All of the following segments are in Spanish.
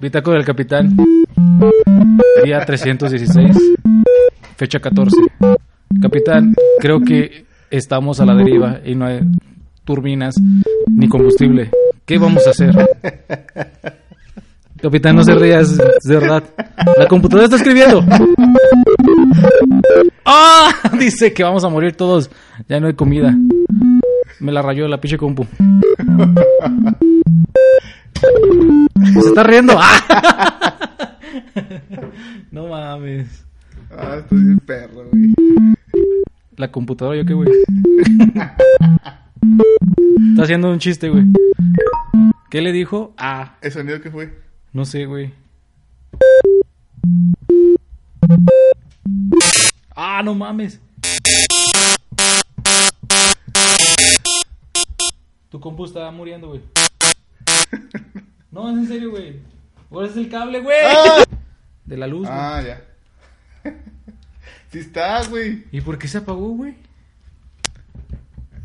Bitácora del Capitán. Día 316. Fecha 14. Capitán, creo que estamos a la deriva y no hay turbinas ni combustible. ¿Qué vamos a hacer? Capitán, no se rías, es de verdad. La computadora está escribiendo. ¡Ah! Dice que vamos a morir todos. Ya no hay comida. Me la rayó la pinche compu. Se está riendo. ¡Ah! No mames. Ah, estoy bien perro, güey. La computadora, yo qué, güey. Está haciendo un chiste, güey. ¿Qué le dijo? Ah. ¿El sonido que fue? No sé, güey. Ah, no mames. Tu compu está muriendo, güey. No, es en serio, güey. Ahora es el cable, güey. De la luz, güey. Ah, ya. Sí está, güey. ¿Y por qué se apagó, güey?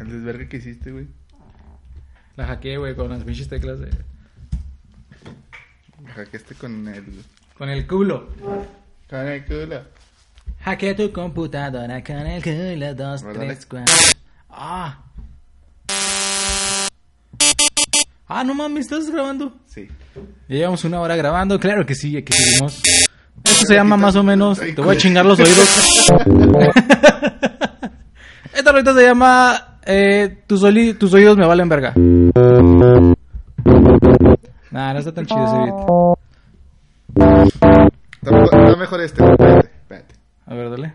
El desvergue que hiciste, güey. La hackeé, güey, con las pinches teclas de... Me hackeaste con el... Con el culo. Con el culo. Hackea tu computadora con el culo 2, Órale. 3, 4. Ah. Ah, no mames, estás grabando. Sí. Ya llevamos una hora grabando, claro que sí, aquí seguimos. Esto se llama más o menos. Te voy a chingar los oídos. Esta ahorita se llama. eh, tus, oli- tus oídos me valen verga. Nah, no está tan chido ese beat. Está, mejor- está mejor este, güey. Espérate, espérate. A ver, dale.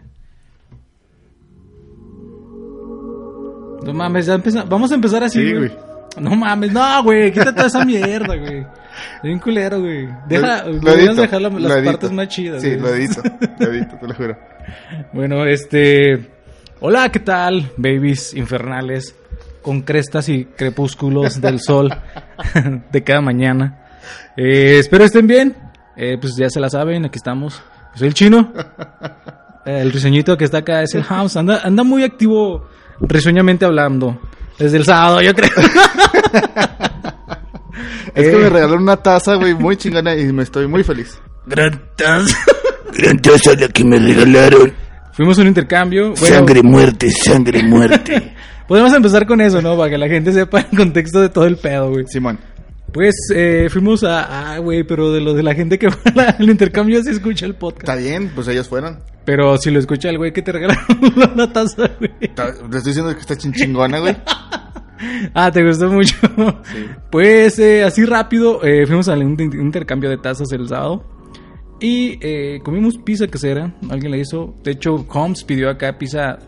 No mames, ya empeza- vamos a empezar así, Sí, güey. güey. No mames, no, güey, quita toda esa mierda, güey. Bien culero, güey. Deja, Lo- lo podrías edito, dejar la- lo las edito. partes más chidas. Sí, lo güey. edito. Lo edito, te lo juro. Bueno, este. Hola, ¿qué tal, babies infernales? Con crestas y crepúsculos del sol de cada mañana. Eh, espero estén bien. Eh, pues ya se la saben, aquí estamos. Soy el chino. Eh, el risueñito que está acá es el House. Anda, anda muy activo risueñamente hablando. Desde el sábado, yo creo. Es que Eh. me regalaron una taza, güey, muy chingona y me estoy muy feliz. Gran taza. Gran taza la que me regalaron. Fuimos a un intercambio. Bueno, Sangre, muerte, sangre, muerte. Podemos empezar con eso, ¿no? Para que la gente sepa el contexto de todo el pedo, güey. Simón. Pues eh, fuimos a. Ah, güey, pero de lo de la gente que va al- al intercambio se escucha el podcast. Está bien, pues ellos fueron. Pero si lo escucha el güey que te regalaron una taza, güey. Está- Te estoy diciendo que está chin- chingona, güey. Ah, te gustó mucho. Pues eh, así rápido, eh, fuimos al inter- intercambio de tazas el sábado. Y eh, comimos pizza casera. Alguien la hizo. De hecho, Holmes pidió acá pizza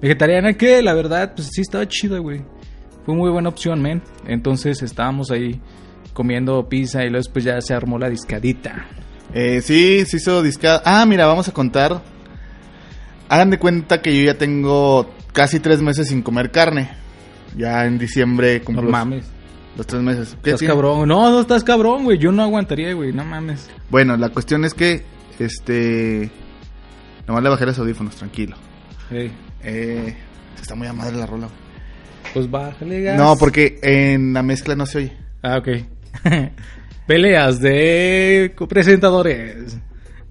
vegetariana. Que la verdad, pues sí estaba chida, güey. Fue muy buena opción, men. Entonces estábamos ahí comiendo pizza y luego después ya se armó la discadita. Eh, sí, se hizo discada. Ah, mira, vamos a contar. Hagan de cuenta que yo ya tengo casi tres meses sin comer carne. Ya en diciembre No cumplo los- mames. los tres meses. ¿Qué Estás tiene? cabrón. No, no estás cabrón, güey. Yo no aguantaría, güey. No mames. Bueno, la cuestión es que, este... Nomás le bajé los audífonos, tranquilo. Ey, Eh, se está muy a madre la rola. güey. pues bájale gas. No, porque en la mezcla no se oye. Ah, ok. Peleas de presentadores.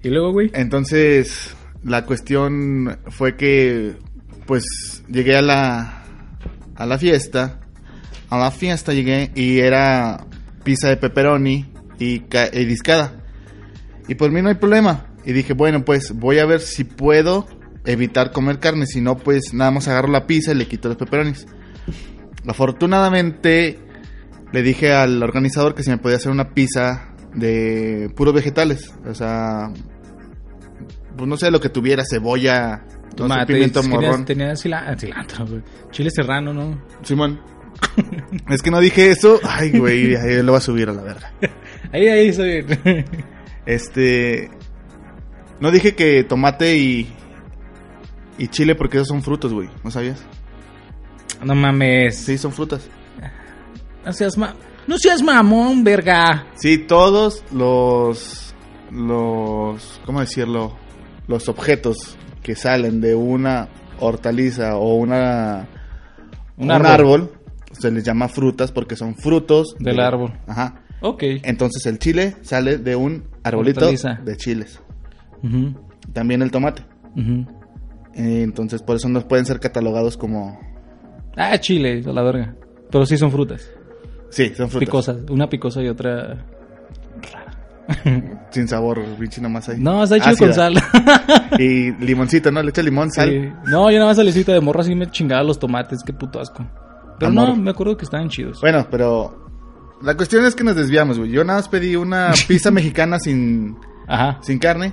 Y luego, güey. Entonces, la cuestión fue que, pues, llegué a la, a la fiesta. A la fiesta llegué y era pizza de pepperoni y, ca- y discada. Y por mí no hay problema. Y dije, bueno, pues voy a ver si puedo evitar comer carne. Si no, pues nada más agarro la pizza y le quito los peperonis. Afortunadamente, le dije al organizador que si me podía hacer una pizza de puros vegetales. O sea, pues no sé lo que tuviera, cebolla, no sé, Tomate. pimiento dices que tenías- morrón. Tenías cila- ah, cilantro, güey. Chile serrano, ¿no? Simón. es que no dije eso. Ay, güey, ahí lo va a subir a la verga. Ahí, ahí, está bien. Este. No dije que tomate y. Y chile porque esos son frutos, güey. ¿No sabías? no mames. Sí, son frutas. No, seas ma- no seas mamón, verga. Sí, todos los. Los. ¿Cómo decirlo? Los objetos que salen de una hortaliza o una. Un Un, árbol. árbol. Se les llama frutas porque son frutos. Del árbol. Ajá. Ok. Entonces el chile sale de un arbolito hortaliza. de chiles. Ujú, También el tomate. ujú. Eh, Entonces por eso no pueden ser catalogados como... Ah, chile, a la verga. Pero sí son frutas. Sí, son frutas. Picosas. Una picosa y otra. Sin sabor, pinche nomás ahí. No, está chido con Ácida. sal. Y limoncito, ¿no? Le echa limón, sal. Sí. No, yo nada más salecita de morro así me chingaba los tomates, qué puto asco. Pero no, Amor. me acuerdo que estaban chidos. Bueno, pero... La cuestión es que nos desviamos, güey. Yo nada más pedí una pizza mexicana sin, Ajá. sin carne.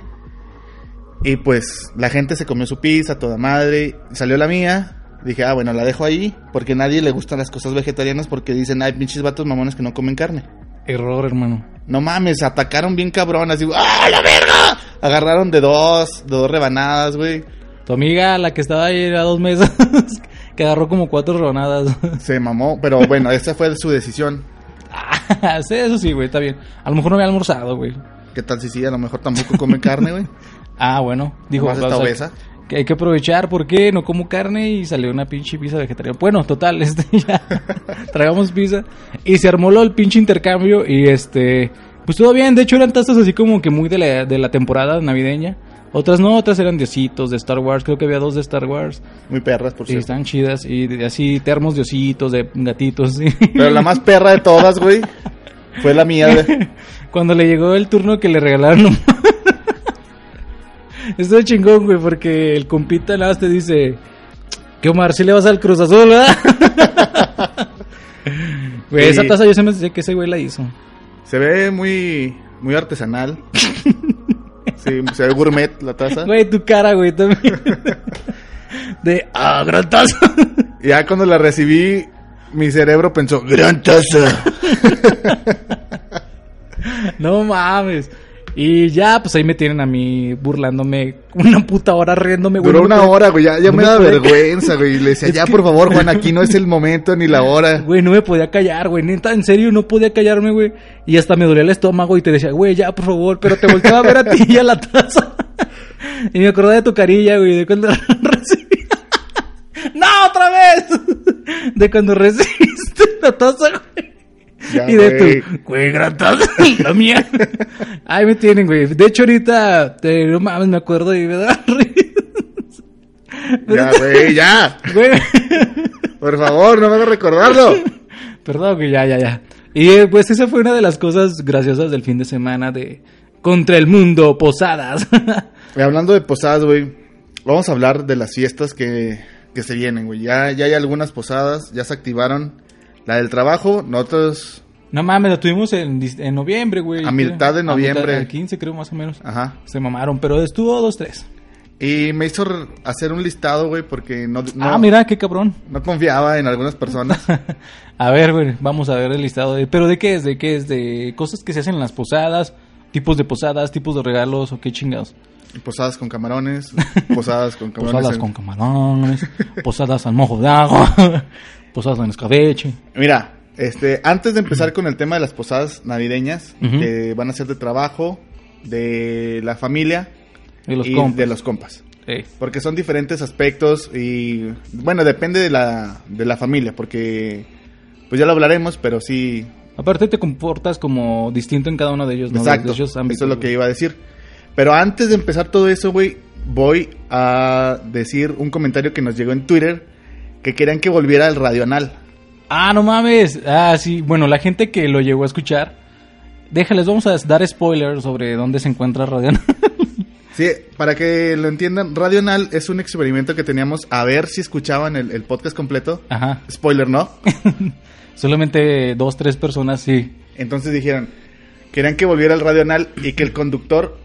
Y pues la gente se comió su pizza, toda madre. Salió la mía. Dije, ah, bueno, la dejo ahí. Porque a nadie le gustan las cosas vegetarianas porque dicen, ay, pinches vatos mamones que no comen carne. Error, hermano. No mames, atacaron bien cabrón. Así, ¡ah, la verga! Agarraron de dos, de dos rebanadas, güey. Tu amiga, la que estaba ahí a dos meses, que agarró como cuatro rebanadas. Se mamó. Pero bueno, esa fue su decisión. Ah, sí, eso sí, güey, está bien. A lo mejor no había almorzado, güey. ¿Qué tal si sí? A lo mejor tampoco come carne, güey. Ah, bueno, dijo. Nomás está o sea, obesa. Que hay que aprovechar, porque no como carne y salió una pinche pizza vegetariana. Bueno, total, este ya. Tragamos pizza. Y se armó lo el pinche intercambio. Y este. Pues todo bien. De hecho, eran tazas así como que muy de la, de la temporada navideña. Otras no, otras eran de ositos, de Star Wars. Creo que había dos de Star Wars. Muy perras, por Sí, cierto. están chidas. Y de- así termos de ositos, de gatitos. sí. Pero la más perra de todas, güey, fue la mía, güey. Cuando le llegó el turno que le regalaron. un- Estuvo chingón, güey, porque el compita nada más te dice: Que Omar, si le vas al Cruz Azul, ¿verdad?" Güey, Sí. esa taza yo se me sé que ese güey la hizo. Se ve muy, muy artesanal. Sí, se ve gourmet la taza. Güey, tu cara, güey, también. De, ah, gran taza. Ya cuando la recibí, mi cerebro pensó, Gran taza. No mames. Y ya, pues ahí me tienen a mí burlándome una puta hora riéndome, güey. Duró No me una podía- hora, güey. Ya, ya no me me da podía- vergüenza, güey. Y le decía, Es ya que- por favor, Juan, aquí no es el momento ni la hora. Güey, no me podía callar, güey. Neta, en serio, no podía callarme, güey. Y hasta me dolía el estómago y te decía, güey, ya, por favor. Pero te volteaba a ver a ti y a la taza. Y me acordaba de tu carilla, güey, de cuando recibí. ¡No, otra vez! De cuando recibiste la taza, güey. Ya, y de güey. tu, güey, gran taza, la mía. Ahí me tienen, güey. De hecho, ahorita, te, no mames, me acuerdo y me da risa. Ya, güey, ya. Güey. Por favor, no me hagas recordarlo. Perdón, que ya, ya, ya. Y eh, pues esa fue una de las cosas graciosas del fin de semana de Contra el Mundo, Posadas. Y Eh, hablando de posadas, güey, vamos a hablar de las fiestas que, que se vienen, güey. Ya, ya hay algunas posadas, ya se activaron. La del trabajo, nosotros no mames, la tuvimos en, dis- en noviembre, güey. A mitad de A noviembre. al 15 creo más o menos. Ajá. Se mamaron, pero estuvo dos, tres. Y me hizo r- hacer un listado, güey, porque no, no, Ah, mira, qué cabrón. no confiaba en algunas personas. a ver, güey, vamos a ver el listado. De, ¿Pero de qué es? ¿De qué es? ¿De cosas que se hacen en las posadas? ¿Tipos de posadas? ¿Tipos de regalos? ¿O qué chingados? Posadas con camarones, posadas con camarones. Posadas en- con camarones, posadas al mojo de agua, posadas en escabeche. Mira, este, antes de empezar con el tema de las posadas navideñas, Ujú. que van a ser de trabajo, de la familia Y los y compas. de los compas. Ey. Porque son diferentes aspectos y, bueno, depende de la, de la familia, porque, pues ya lo hablaremos, pero sí, Aparte te comportas como distinto en cada uno de ellos, ¿no? Exacto. De esos ámbitos, eso es lo que güey. iba a decir. Pero antes de empezar todo eso, güey, voy a decir un comentario que nos llegó en Twitter que querían que volviera el radio anal. Ah, no mames. Ah, sí. Bueno, la gente que lo llegó a escuchar, déjales, vamos a dar spoilers sobre dónde se encuentra Radian. Sí, para que lo entiendan, radio anal es un experimento que teníamos a ver si escuchaban el, el podcast completo. Ajá. Spoiler, ¿no? Solamente dos, tres personas, sí. Entonces dijeron, querían que volviera el radio anal y que el conductor,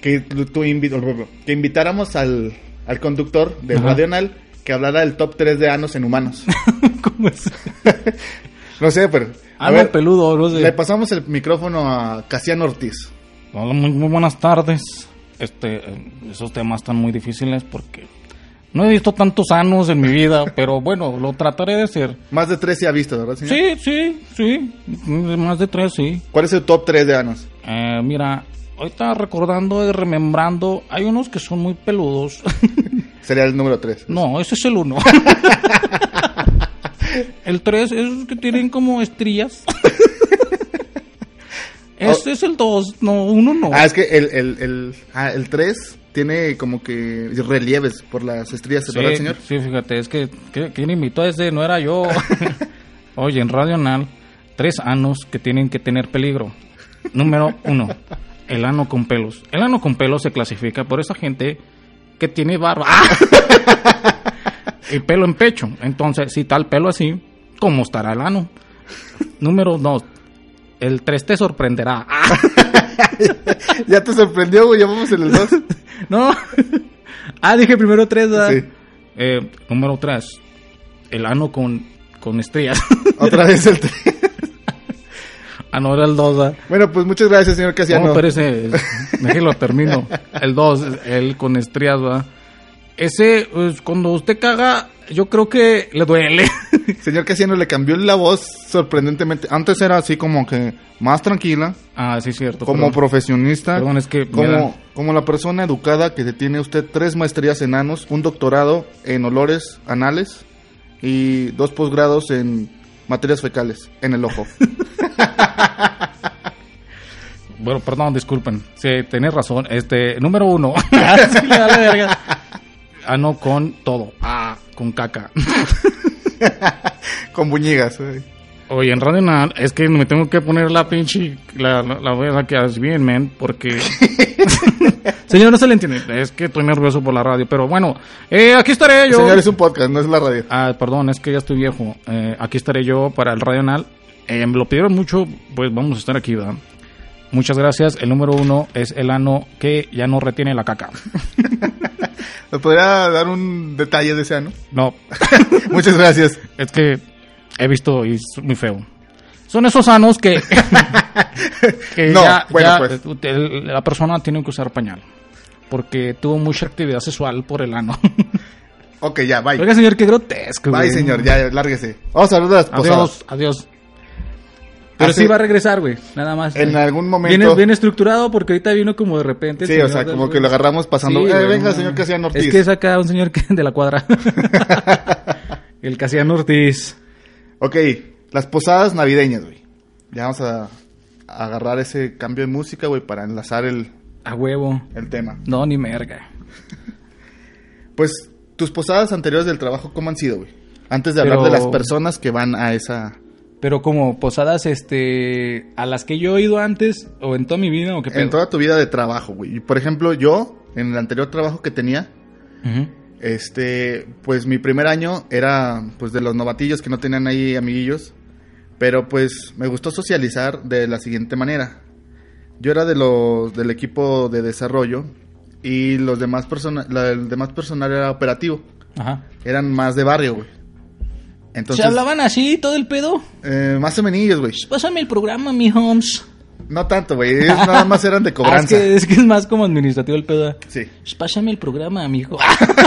que, tú invi- que invitáramos al, al conductor del Ajá. radio anal que hablara del top 3 de anos en humanos. ¿Cómo es? No sé, pero... Ah, no, peludo, no sé. Le pasamos el micrófono a Casiano Ortiz. Hola, muy, muy buenas tardes. Este, eh, esos temas están muy difíciles porque no he visto tantos anos en mi vida, pero bueno, lo trataré de hacer. Más de tres se ha visto, ¿verdad, señor? Sí, sí, sí, mm, más de tres, sí. ¿Cuál es el top 3 de Anos? Eh, mira, ahorita recordando y remembrando, hay unos que son muy peludos. Sería el número 3. No, ese es el uno. El tres, esos que tienen como estrías. Este es el 2, no, uno no. Ah, es que el, el, el, ah, el 3 tiene como que relieves por las estrellas, sí, ¿verdad, señor? sí, fíjate, es que, que- ¿quién invitó a ese? No era yo. Oye, en Radio Anal, tres anos que tienen que tener peligro. Número uno, el ano con pelos. El ano con pelos se clasifica por esa gente que tiene barba. ¡Ah! y pelo en pecho. Entonces, si tal pelo así, ¿cómo estará el ano? Número dos, el tres te sorprenderá. ¡Ah! Ya te sorprendió, güey, ya vamos en el 2. No. ah, dije primero tres, ¿verdad? Sí. Eh, número tres, el ano con, con estrellas. Otra vez el 3. ah, no, era el dos, ¿verdad? Bueno, pues muchas gracias, señor Casiano. No, pero ese, déjelo termino. El 2, el con estrías, ¿verdad? Ese, pues, cuando usted caga, yo creo que le duele. Señor Casiano le cambió la voz sorprendentemente. Antes era así como que más tranquila, Ah, sí, cierto. como perdón. profesionista, Perdón, es que me como, da- como la persona educada que tiene usted tres maestrías en anos, un doctorado en olores anales y dos posgrados en materias fecales en el ojo. Bueno, perdón, disculpen. Sí, tenés razón. Este, número uno. Ah, Sí, le da la verga. Ah, no, con todo. Ah, con caca. Con buñigas. ay. Oye, en Radio Nan, es que me tengo que poner la pinche, la, la, la voy a sacar bien, men, porque... Señor, no se le entiende. Es que estoy nervioso por la radio, pero bueno, eh, aquí estaré yo. Señor, es un podcast, no es la radio. Ah, perdón, es que ya estoy viejo. Eh, aquí estaré yo para el Radio Anal. Eh, me lo pidieron mucho, pues vamos a estar aquí, ¿verdad? Muchas gracias. El número uno es el ano que ya no retiene la caca. ¿Me podría dar un detalle de ese ano? No, Muchas gracias. es que he visto y es muy feo. Son esos anos que, que No, ya, bueno, ya, pues. eh, el- la persona tiene que usar pañal. Porque tuvo mucha actividad sexual por el ano. Ok, ya, bye. Oiga, señor, qué grotesco, Bye, güey. señor, ya, lárguese. Vamos a hablar de las posadas. adiós, adiós. Pero Hace- sí va a regresar, güey. Nada más. En algún momento. Viene, bien estructurado porque ahorita vino como de repente. el Sí, señor o sea, del- como que lo agarramos pasando. Sí, "Eh, güey, venga, no, señor no. Casiano Ortiz. Es que saca un señor que- de la cuadra. el Casiano Ortiz. Ok, las posadas navideñas, güey. Ya vamos a, a agarrar ese cambio de música, güey, para enlazar el, A huevo. el tema. No, ni merga. Pues, tus posadas anteriores del trabajo, ¿cómo han sido, güey? Antes de hablar Pero- de las personas que van a esa... Pero como posadas, este. A las que yo he ido antes, o en toda mi vida, o qué pedo. En toda tu vida de trabajo, güey. Y, Por ejemplo, yo, en el anterior trabajo que tenía, Ujú. Este, pues mi primer año era pues de los novatillos que no tenían ahí amiguillos, pero pues me gustó socializar de la siguiente manera. Yo era de los del equipo de desarrollo y los demás persona, la- el demás personal era operativo, Ajá. eran más de barrio, güey. Entonces, ¿Se hablaban así todo el pedo? Pues, eh, más femenillos, güey. Pásame el programa, mi Holmes. No tanto, güey, ellos nada más eran de Ah, es, cobranza. que, es que es más como administrativo el pedo. Pues, Sí. Pásame el programa, amigo.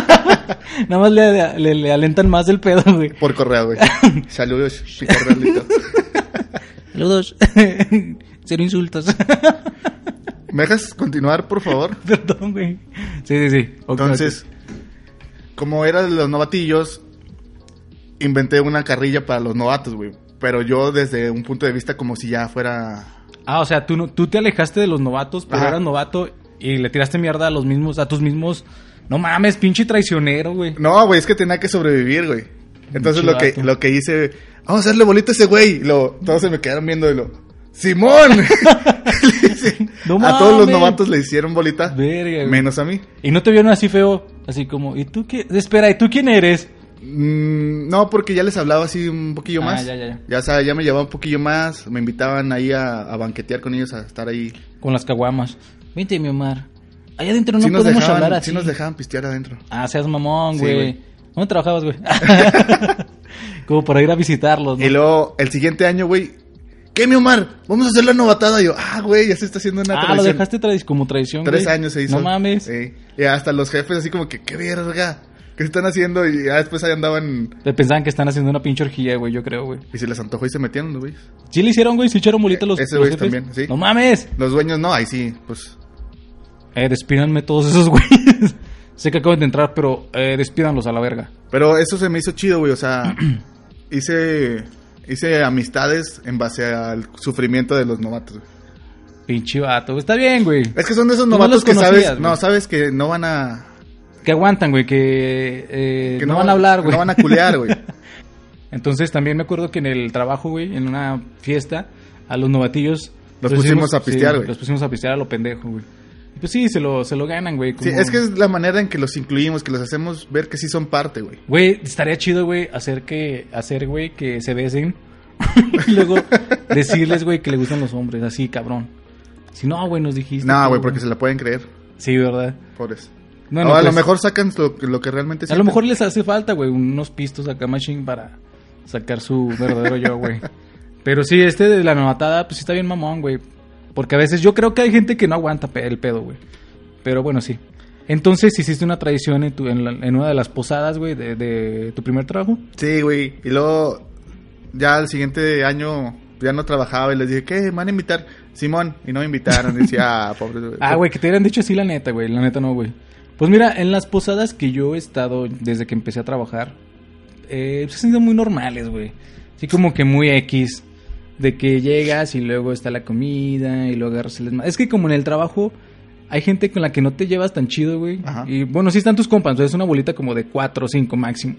Nada más le, le- le alentan más el pedo, güey. Por correo, güey. Saludos, mi correalito. Saludos. Cero insultos. ¿Me dejas continuar, por favor? Perdón, güey. Sí, sí, sí. Ok, Entonces, como era de los novatillos, inventé una carrilla para los novatos, güey. Pero yo desde un punto de vista como si ya fuera... ok. Ah, o sea, tú, no, tú te alejaste de los novatos, pero Ajá. eras novato y le tiraste mierda a los mismos, a tus mismos. No mames, pinche traicionero, güey. No, güey, es que tenía que sobrevivir, güey. Entonces lo que, Chivato. lo que hice, vamos a hacerle bolita a ese güey. Y luego todos se me quedaron viendo y lo... ¡Simón! Le hice- No a todos los mames. novatos le hicieron bolita. Verga, güey. menos a mí. Y no te vieron así feo, así como, ¿y tú qué? Espera, ¿y tú quién eres? Mm, no, porque ya les hablaba así un poquillo Ah, más. ya, ya, ya. o sea, ya me llevaba un poquillo más. Me invitaban ahí a, a banquetear con ellos, a estar ahí. Con las caguamas. Vente, mi Omar. Allá adentro no sí nos podemos dejaban, hablar así. sí nos dejaban pistear adentro. Ah, seas mamón, Sí, güey. güey. ¿Dónde trabajabas, güey? Como para ir a visitarlos, ¿no? Y luego, el siguiente año, güey, ¿qué, mi Omar? Vamos a hacer la novatada. Y yo, ah, güey, ya se está haciendo una ah, lo tradición. dejaste tra- como traición, Tres güey. años se hizo. No mames. Sí. Y hasta los jefes así como que, qué verga, ¿qué están haciendo? Y ya después ahí andaban... Te pensaban que están haciendo una pinche orgía, güey, yo creo, güey. Y se les antojó y se metieron, güey. ¿Sí le hicieron, güey? ¿Sí echaron bolita los, Eh, Ese los güey jefes? también, sí. ¡No mames! Los dueños no, ahí sí, pues... Eh, despídanme todos esos güeyes. sé que acaban de entrar, pero eh, despídanlos a la verga. Pero eso se me hizo chido, güey. O sea, hice, hice amistades en base al sufrimiento de los novatos. güey. Pinche vato. Está bien, güey. Es que son de esos Tú no novatos los que conocías, sabes, güey. no, sabes que no van a... Que aguantan, güey. Que, eh, que no, van a hablar, que güey. No van a culear, güey. Entonces también me acuerdo que en el trabajo, güey, en una fiesta, a los novatillos... Los pusimos a pistear, sí, güey. los pusimos a pistear a lo pendejo, güey. Y Pues sí, se lo, se lo ganan, güey. Sí, como- es que es la manera en que los incluimos, que los hacemos ver que sí son parte, güey. Güey, estaría chido, güey, hacer que, hacer, güey, que se besen. y luego decirles, güey, que le gustan los hombres, así, cabrón. Si no, güey, nos dijiste. No, tú, güey, porque se la pueden creer, Sí, ¿verdad? pobres. Bueno, O a pues, lo mejor sacan lo, lo que realmente A sienten. lo mejor les hace falta, güey, unos pistos acá, machine, para sacar su verdadero yo, güey. Pero sí, este de la novatada, pues sí está bien mamón, güey. Porque a veces yo creo que hay gente que no aguanta pe- el pedo, güey. Pero bueno, sí. Entonces hiciste una traición en, tu- en la- en una de las posadas, güey, de, de tu primer trabajo. Sí, güey. Y luego, ya al siguiente año, ya no trabajaba y les dije, ¿qué? ¿Me van a invitar? Simón. Y no me invitaron. Y decía, ah, pobre. Ah, güey, que te hubieran dicho así la neta, güey. La neta no, güey. Pues mira, en las posadas que yo he estado desde que empecé a trabajar, eh, se sienten muy normales, güey. Así como que muy X. De que llegas y luego está la comida y luego agarras el desma- Es que como en el trabajo hay gente con la que no te llevas tan chido, güey. Ajá. Y bueno, sí están tus compas, entonces es una bolita como de cuatro o cinco máximo.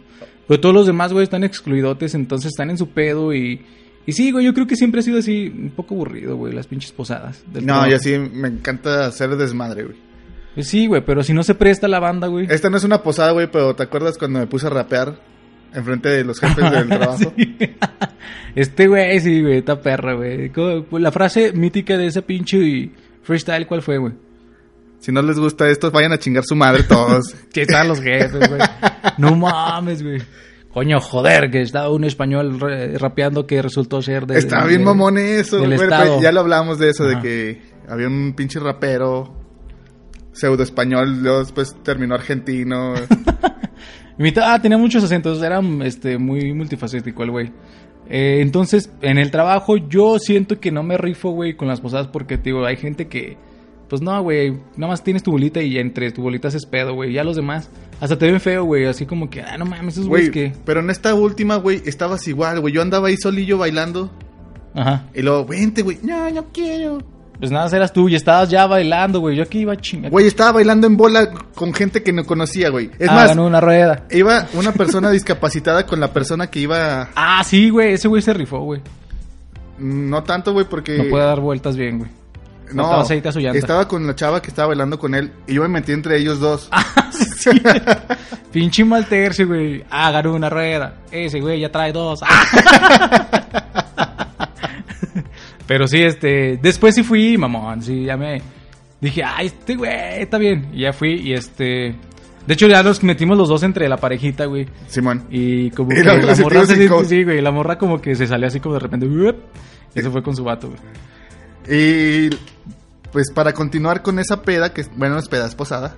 Pero todos los demás, güey, están excluidotes, entonces están en su pedo y... Y sí, güey, yo creo que siempre ha sido así un poco aburrido, güey, las pinches posadas. del No, trabajo. y así me encanta hacer desmadre, güey. Pues sí, güey, pero si no se presta la banda, güey. Esta no es una posada, güey, pero ¿te acuerdas cuando me puse a rapear enfrente de los jefes del trabajo? Sí. Este güey, sí, güey, está perra, güey. Co- pues, La frase mítica de ese pinche y freestyle, ¿cuál fue, güey? Si no les gusta esto, vayan a chingar su madre todos. Que estaban los jefes, güey. No mames, güey. Coño, joder, que estaba un español re- rapeando que resultó ser de... Está de- bien de- mamón eso, del güey. pero estado. Ya lo hablamos de eso, Ajá. de que había un pinche rapero pseudo español, luego después terminó argentino. Pues, Imita- Ah, tenía muchos acentos, era este, muy multifacético el güey. Eh, entonces, en el trabajo yo siento que no me rifo, güey, con las posadas porque, te digo, hay gente que... Pues no, güey, nada más tienes tu bolita y entre tu bolita haces pedo, güey. Ya los demás, hasta te ven feo, güey, así como que, ah, no mames, esos güeyes Güey, que... pero en esta última, güey, estabas igual, güey. Yo andaba ahí solillo bailando. Ajá. Y luego, vente, güey. No, no quiero. Pues nada, eras tú y estabas ya bailando, güey. Yo aquí iba chingando. Güey, estaba bailando en bola con gente que no conocía, güey. Es ah, más, ganó una rueda. iba una persona discapacitada con la persona que iba... mm, Ah, sí, güey, ese güey se rifó, güey. No tanto, güey, porque... No puede dar vueltas bien, güey. Eh, No, Faltaba aceite a su llanta. estaba con la chava que estaba bailando con él y yo me metí entre ellos dos. Ah, Pinche mal tercio, güey. Ah, ganó una rueda. Ese güey ya trae dos. Ah. Pero sí, este. Después sí fui, mamón. Sí, ya me. Dije, ay, este güey está bien. Y ya fui y este. De hecho, ya nos metimos los dos entre la parejita, güey. Simón. Y como Y que la la, morra se morra tiró se sin co- sí, güey, la morra como que se salió así como de repente. "Uep", Y se fue con su vato, güey. Y pues para continuar con esa peda, que bueno, no es peda, es posada.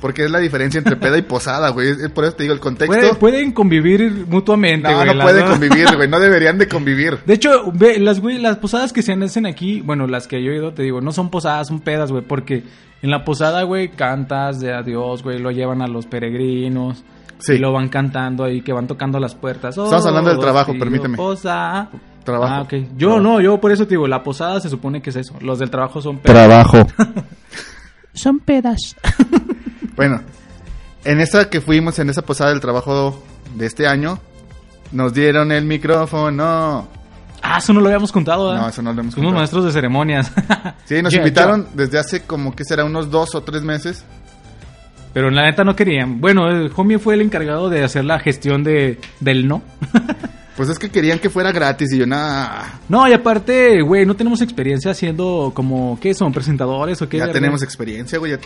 Porque es la diferencia entre peda y posada, güey. Es- Por eso te digo el contexto. Puede- pueden convivir mutuamente, no, güey, no las puede dos. convivir, güey. No deberían de convivir. De hecho, ve, las, güey, las posadas que se hacen aquí, bueno, las que yo he ido, te digo, no son posadas, son pedas, güey, porque en la posada, güey, cantas de adiós, güey, lo llevan a los peregrinos. Sí. Y lo van cantando ahí, que van tocando las puertas. Estamos hablando del Oh, trabajo, sí, permíteme. Posada. Trabajo. Ah, ok. Yo Trabajo. no, yo por eso te digo, la posada se supone que es eso. Los del trabajo son pedas. Trabajo. Son pedas. Bueno, en esa que fuimos, en esa posada del trabajo de este año, nos dieron el micrófono. Ah, eso no lo habíamos contado, ¿verdad? No, eso no lo hemos Somos contado. maestros de ceremonias. Sí, nos Ya, invitaron desde hace como que será unos dos o tres meses. ya. Pero la neta no querían. Bueno, el homie fue el encargado de hacer la gestión de, del no. Pues es que querían que fuera gratis y yo nada. No, y aparte, güey, no tenemos experiencia haciendo como, ¿qué son? ¿Presentadores o qué? Ya verga? tenemos experiencia, güey. ya-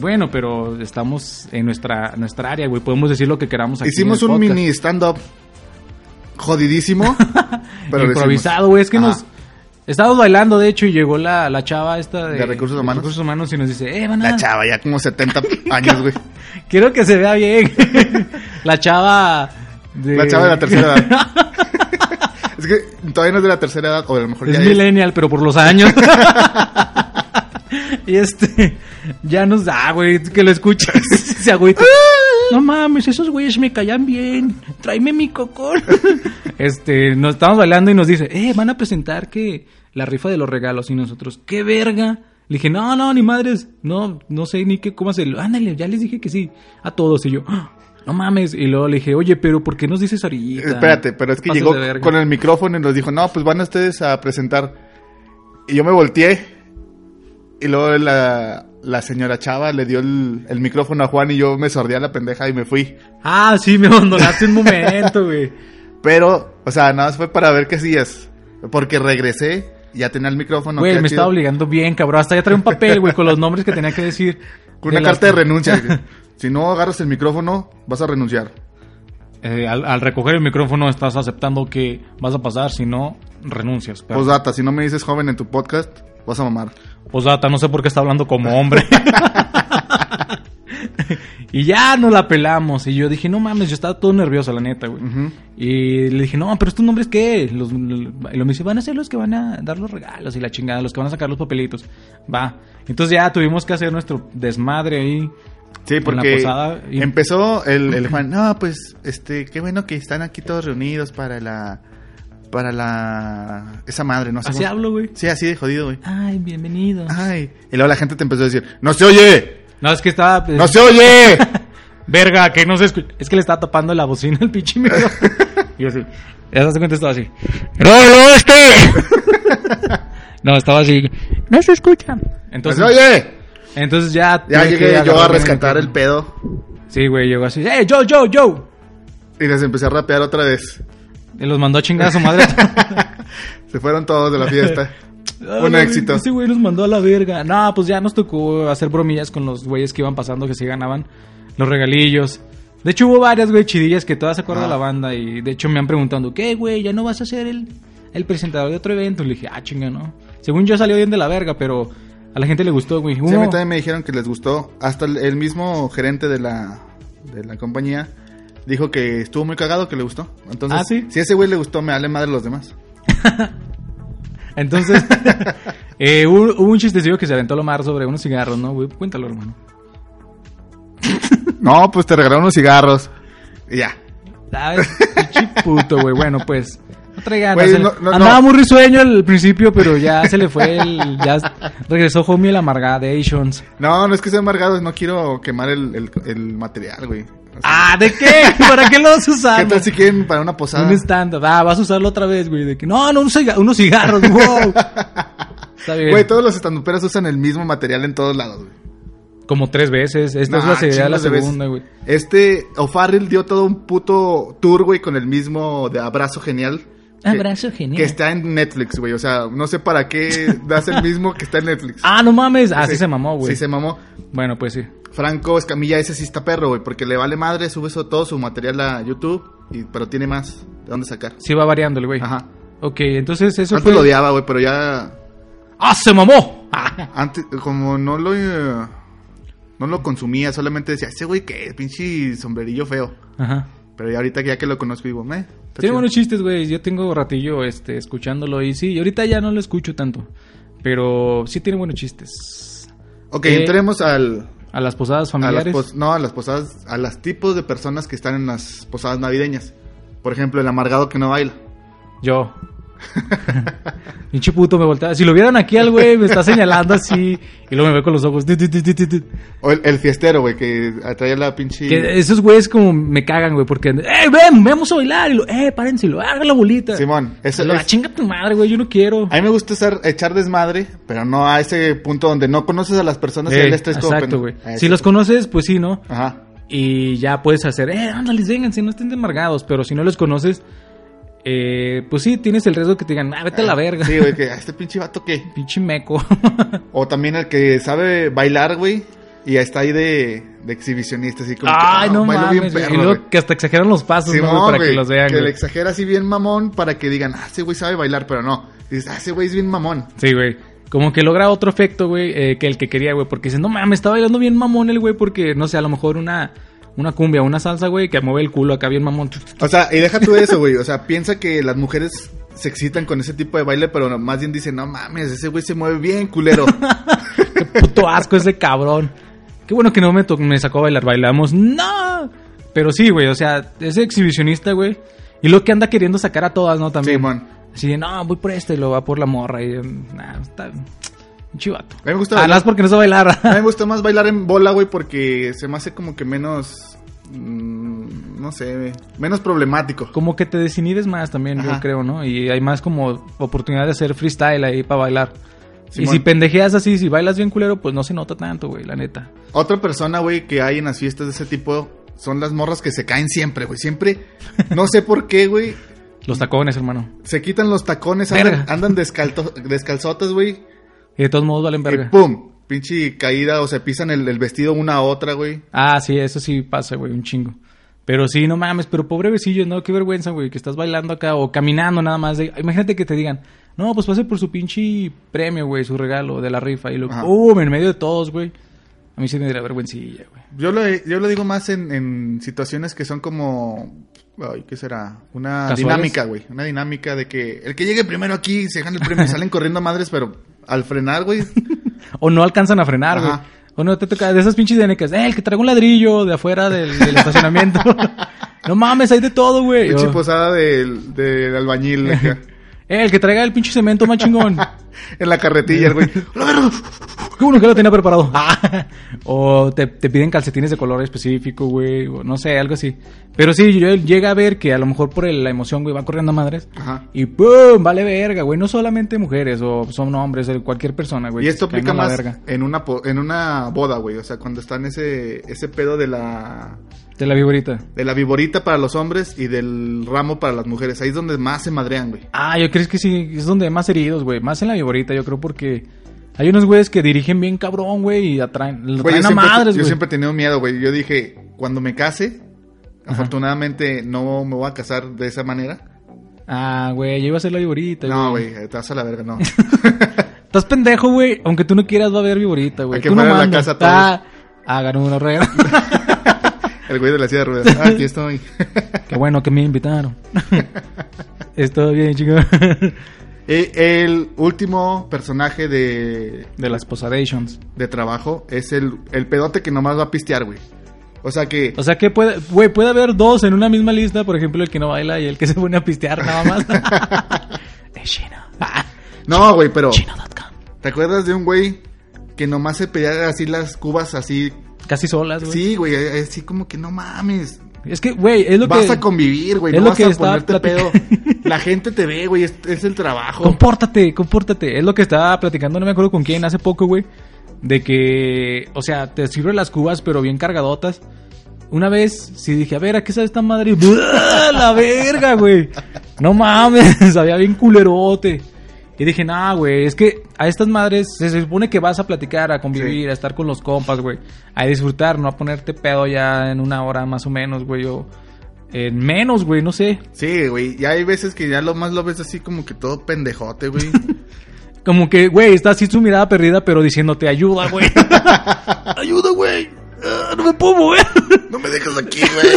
Bueno, pero estamos en nuestra, nuestra área, güey. Podemos decir lo que queramos aquí. Hicimos en el un podcast. mini stand-up jodidísimo. pero lo improvisado, güey. Es que Ajá. nos. Estábamos bailando, de hecho, y llegó la, la chava esta de, De recursos humanos. recursos humanos y nos dice, eh, van hicimos. a. La chava ya como 70 años, güey. Quiero que se vea bien. la chava. de- La chava de la tercera edad. es que todavía no es de la tercera edad, o a lo mejor Es ya es. millennial, pero por los años. y este, ya nos da, güey, que lo escuches. Se agüita. No mames, esos güeyes me callan bien. Tráeme mi cocón. este, nos estamos bailando y nos dice, eh, van a presentar que la rifa de los regalos. Y nosotros, ¡qué verga! Le dije, no, no, ni madres. No, no sé ni qué, cómo hacerlo. Ándale, ya les dije que sí. A todos. Y yo, ¡ah! no mames. Y luego le dije, oye, pero ¿por qué nos dices ahorita? Espérate, pero es que Pasas llegó de verga. con el micrófono y nos dijo, no, pues van ustedes a presentar. Y yo me volteé. Y luego la, la señora Chava le dio el, el micrófono a Juan y yo me sordé a la pendeja y me fui. Ah, sí, me abandonaste un momento, güey. Pero, o sea, nada más fue para ver qué hacías. Porque regresé, ya tenía el micrófono. Güey, qué me chido. estaba obligando bien, cabrón. Hasta ya traía un papel, güey, con los nombres que tenía que decir. Con una De las- carta de renuncia. si no agarras el micrófono, vas a renunciar. Eh, al, al recoger el micrófono estás aceptando que vas a pasar, si no, renuncias. perro. Posdata, si no me dices joven en tu podcast, vas a mamar. Posdata, no sé por qué está hablando como hombre. Y ya no la pelamos. Y yo dije, no mames, yo estaba todo nervioso, la neta, güey. Ujú. Y le dije, no, pero estos nombres qué? Los, y lo me dice, van a ser los que van a dar los regalos y la chingada, los que van a sacar los papelitos. Va. Entonces ya tuvimos que hacer nuestro desmadre ahí. Sí, en la porque posada y- empezó el, el Juan, no, pues, este, qué bueno que están aquí todos reunidos para la, para la, esa madre, no sé Así Ah, cómo- hablo, güey. Sí, así de jodido, güey. Ay, bienvenido. Ay, y luego la gente te empezó a decir, no se oye, No, es que estaba. no se oye. Verga, que no se escucha. Es que le estaba tapando la bocina al pinche micrófono. Y yo así. Ya se hace cuenta, estaba así. ¡No, no, este! este. no, estaba así. No se escucha. No Entonces, se Pues, oye. entonces ya. Ya tuve que llegué yo a agarrar rescatar mi el micrófono. pedo Sí, güey, llegó así. ¡Eh, yo, yo, yo! y les empecé a rapear otra vez. Y los mandó a chingar a su madre. Se fueron todos de la fiesta. Ah, Un la éxito. verga, Ese güey nos mandó a la verga. No, pues ya nos tocó hacer bromillas con los güeyes que iban pasando que sí ganaban los regalillos. De hecho, hubo varias, güey, chidillas que todas se acuerdan de la banda. Y de hecho, me han preguntando, ¿qué, güey? ¿Ya no vas a ser el, el presentador de otro evento? Le dije, ah, chinga, no. Según yo salió bien de la verga, pero a la gente le gustó, güey. Sí, a mí Hubo- también me dijeron que les gustó. Hasta el, el mismo gerente de la, de la compañía dijo que estuvo muy cagado, que le gustó. Entonces, Ah, ¿sí? si a ese güey le gustó, me vale madre los demás. Entonces, eh, hubo, hubo un chistecillo que se aventó lo mar sobre unos cigarros, ¿no, güey? Cuéntalo, hermano. No, pues te regalaron unos cigarros. Y ya. ¿Sabes? Pinche puto, güey. Bueno, pues. No trae ganas. Güey, El- no, no, Andaba no. muy risueño al principio, pero ya se le fue el. Ya s- regresó Homie el Amargadations. No, no es que sea amargado, no quiero quemar el, el- el material, güey. O sea, ¡Ah! ¿De qué? ¿Para qué lo vas a ¿Qué usar? tal si quieren para una posada? Un stand-up. Ah, vas a usarlo otra vez, güey. De que no, no, un ciga- unos cigarros, wow. Está bien. Güey, todos los estanduperos usan el mismo material en todos lados, güey. Como tres veces. Esta Nah, es la, se- ya la chingos de veces. segunda, güey. Este O'Farrell dio todo un puto tour, güey, con el mismo de abrazo genial. que- Abrazo Que genial. está en Netflix, güey. O sea, no sé para qué das el mismo que está en Netflix. Ah, no mames. Ah, sí, Sí. se mamó, güey. Sí, se mamó. Bueno, pues sí. Franco Escamilla, ese sí está perro, güey. Porque le vale madre, sube eso- todo su material a YouTube. Y, pero tiene más de dónde sacar. Sí va variando el güey. Ajá. Ok, entonces eso Antes fue. lo odiaba, güey, pero ya. ¡Ah, se mamó! Antes, como no lo. eh, no lo consumía, solamente decía, ese güey que pinche sombrerillo feo. Ajá. Pero ya ahorita que ya que lo conozco, digo, meh. está Tiene chido". buenos chistes, güey. Yo tengo ratillo este, escuchándolo y sí, ahorita ya no lo escucho tanto. Pero sí tiene buenos chistes. Ok, Eh, entremos al. A las posadas A las familiares. pos- no, a las posadas, a los tipos de personas que están en las posadas navideñas. Por ejemplo, el amargado que no baila. Yo. Pinche puto me volteaba. Si lo vieran aquí al güey, me está señalando así. Y luego me ve con los ojos. Que O el, el fiestero, güey, que atrae la pinche... esos güeyes como me cagan, güey. Porque, ¡eh, ven! Vamos a bailar. Y lo, ¡eh, párense! y Lo, haga la bolita. Simón, eso Lo, "Ah, es- chinga tu madre, güey. Yo no quiero. A mí me gusta estar- echar desmadre, pero no a ese punto donde no conoces a las personas y Eh, el estrés como Ah, exacto, pendejo. güey. A ese Si los punto. conoces, pues sí, ¿no? Ajá. Y ya puedes hacer, eh, ándales, vénganse, no estén desmargados. Pero si no los conoces, eh, pues sí, tienes el riesgo que te digan, ah, vete a la verga. Sí, güey, que a este pinche vato qué. Pinche meco. O también el que sabe bailar, güey, y está ahí de, de exhibicionista, así como... que, Ay, ah, no bailo mames. bien güey. perro, y luego güey. que hasta exageran los pasos, ¿no, Simón, güey, para güey, que los vean. le güey. exagera así bien mamón para que digan, ah, ese güey sabe bailar, pero no. Dices, ah, ese güey es bien mamón. Sí, güey. Como que logra otro efecto, güey, eh, que el que quería, güey. Porque dices, no mames, está bailando bien mamón el güey. Porque, no sé, a lo mejor una, una cumbia, una salsa, güey, que mueve el culo acá bien mamón. O sea, y deja tú eso, güey. O sea, piensa que las mujeres se excitan con ese tipo de baile, pero no- más bien dicen, no mames, ese güey se mueve bien, culero. Qué puto asco ese cabrón. Qué bueno que no me, to- me sacó a bailar. Bailamos. ¡No! Pero sí, güey. O sea, ese exhibicionista, güey. Y lo que anda queriendo sacar a todas, ¿no? También. Simón. Así de, no, voy por esta y lo va por la morra. Y yo, nah, está un chivato. A mí me gusta Ah, bailar. nada más porque no sabe bailar. A mí me gusta más bailar en bola, güey, porque se me hace como que menos. mm, no sé, güey, menos problemático. como que te desinhibes más también, yo Ajá. creo, ¿no? Y hay más como oportunidad de hacer freestyle ahí para bailar. Y Simón. si pendejeas así, si bailas bien culero, pues no se nota tanto, güey, la neta. Otra persona, güey, que hay en las fiestas de ese tipo son las morras que se caen siempre, güey. Siempre, no sé por qué, güey, Los tacones, hermano. se quitan los tacones, andan, Verga. andan descalto- descalzotas, güey. Y de todos modos valen Y verga. pum, pinche caída o se pisan el, el vestido una a otra, güey. Ah, sí, eso sí pasa, güey, un chingo. Pero sí, no mames, pero pobre besillo, ¿no? Qué vergüenza, güey, que estás bailando acá o caminando nada más. de- Imagínate que te digan, no, pues pase por su pinche premio, güey, su regalo de la rifa. Y luego, Ajá. ¡uh! En medio de todos, güey. A mí sí me daría vergüencilla, güey. Yo lo, yo lo digo más en, en situaciones que son como. Ay, ¿qué será? Una ¿Casuales? dinámica, güey. Una dinámica de que el que llegue primero aquí se gana el premio y salen corriendo a madres, pero al frenar, güey. O no alcanzan a frenar, Ajá. güey. O no te toca de esas pinches dinámicas. Eh, el que traiga un ladrillo de afuera del, del estacionamiento. no mames, hay de todo, güey. Pinche O, posada del, del albañil. acá. "Eh, el que traiga el pinche cemento más chingón. en la carretilla, el güey. Qué bueno que lo tenía preparado. Ah, o te, te piden calcetines de color específico, güey. O no sé, algo así. Pero sí, yo llega a ver que a lo mejor por el- la emoción, güey, va corriendo a madres. Ajá. Y ¡pum! Vale verga, güey. No solamente mujeres o son hombres, eh, cualquier persona, güey. Y que esto se caigan aplica a la más verga. en una, po- en una boda, güey. O sea, cuando están ese, ese pedo de la, De la viborita. de la viborita para los hombres y del ramo para las mujeres. Ahí es donde más se madrean, güey. Ah, yo creo que sí, es donde hay más heridos, güey. Más en la viborita, yo creo, porque hay unos güeyes que dirigen bien cabrón, güey, y atraen, lo Güey, traen a siempre, madres, yo güey. siempre he tenido miedo, güey. Yo dije, cuando me case, afortunadamente no me voy a casar de esa manera. Ah, güey, yo iba a ser la viborita, güey. No, güey, te vas a la verga, no. Estás pendejo, güey. Aunque tú no quieras, va a haber viborita, güey. Hay que Tú no fuera de la mandas. casa todos. Ah, ah, ganó una regla. El güey de la silla de ruedas. Ah, aquí estoy. Qué bueno que me invitaron. Estoy bien, chico. Eh, el último personaje de, De las posadations. de trabajo es el, el pedote que nomás va a pistear, güey. O sea que... O sea que puede, güey, puede haber dos en una misma lista, por ejemplo, el que no baila y el que se pone a pistear nada más. es chino. Ah, No, güey, pero... chino.com. ¿Te acuerdas de un güey que nomás se pedía así las cubas así? Casi solas, güey. Sí, güey, eh, así como que no mames. Es que, güey, es lo vas que. a convivir, güey, es no lo vas que a estaba ponerte pedo. platicando. La gente te ve, güey, es, es el trabajo. Compórtate, compórtate. Es lo que estaba platicando, no me acuerdo con quién, hace poco, güey. De que, o sea, te sirven las cubas, pero bien cargadotas. Una vez, sí dije, a ver, ¿a qué sabe esta madre? Y, ¡buah! La verga, güey. No mames, sabía bien culerote. Y dije, nah, güey, es que a estas madres se supone que vas a platicar, a convivir, Sí. a estar con los compas, güey. A disfrutar, no a ponerte pedo ya en una hora más o menos, güey. O en menos, güey, no sé. Sí, güey, y hay veces que ya lo más lo ves así como que todo pendejote, güey. Como que, güey, está así su mirada perdida, pero diciéndote ayuda, güey. Ayuda, güey. Ah, no me puedo mover. No me dejas aquí, güey.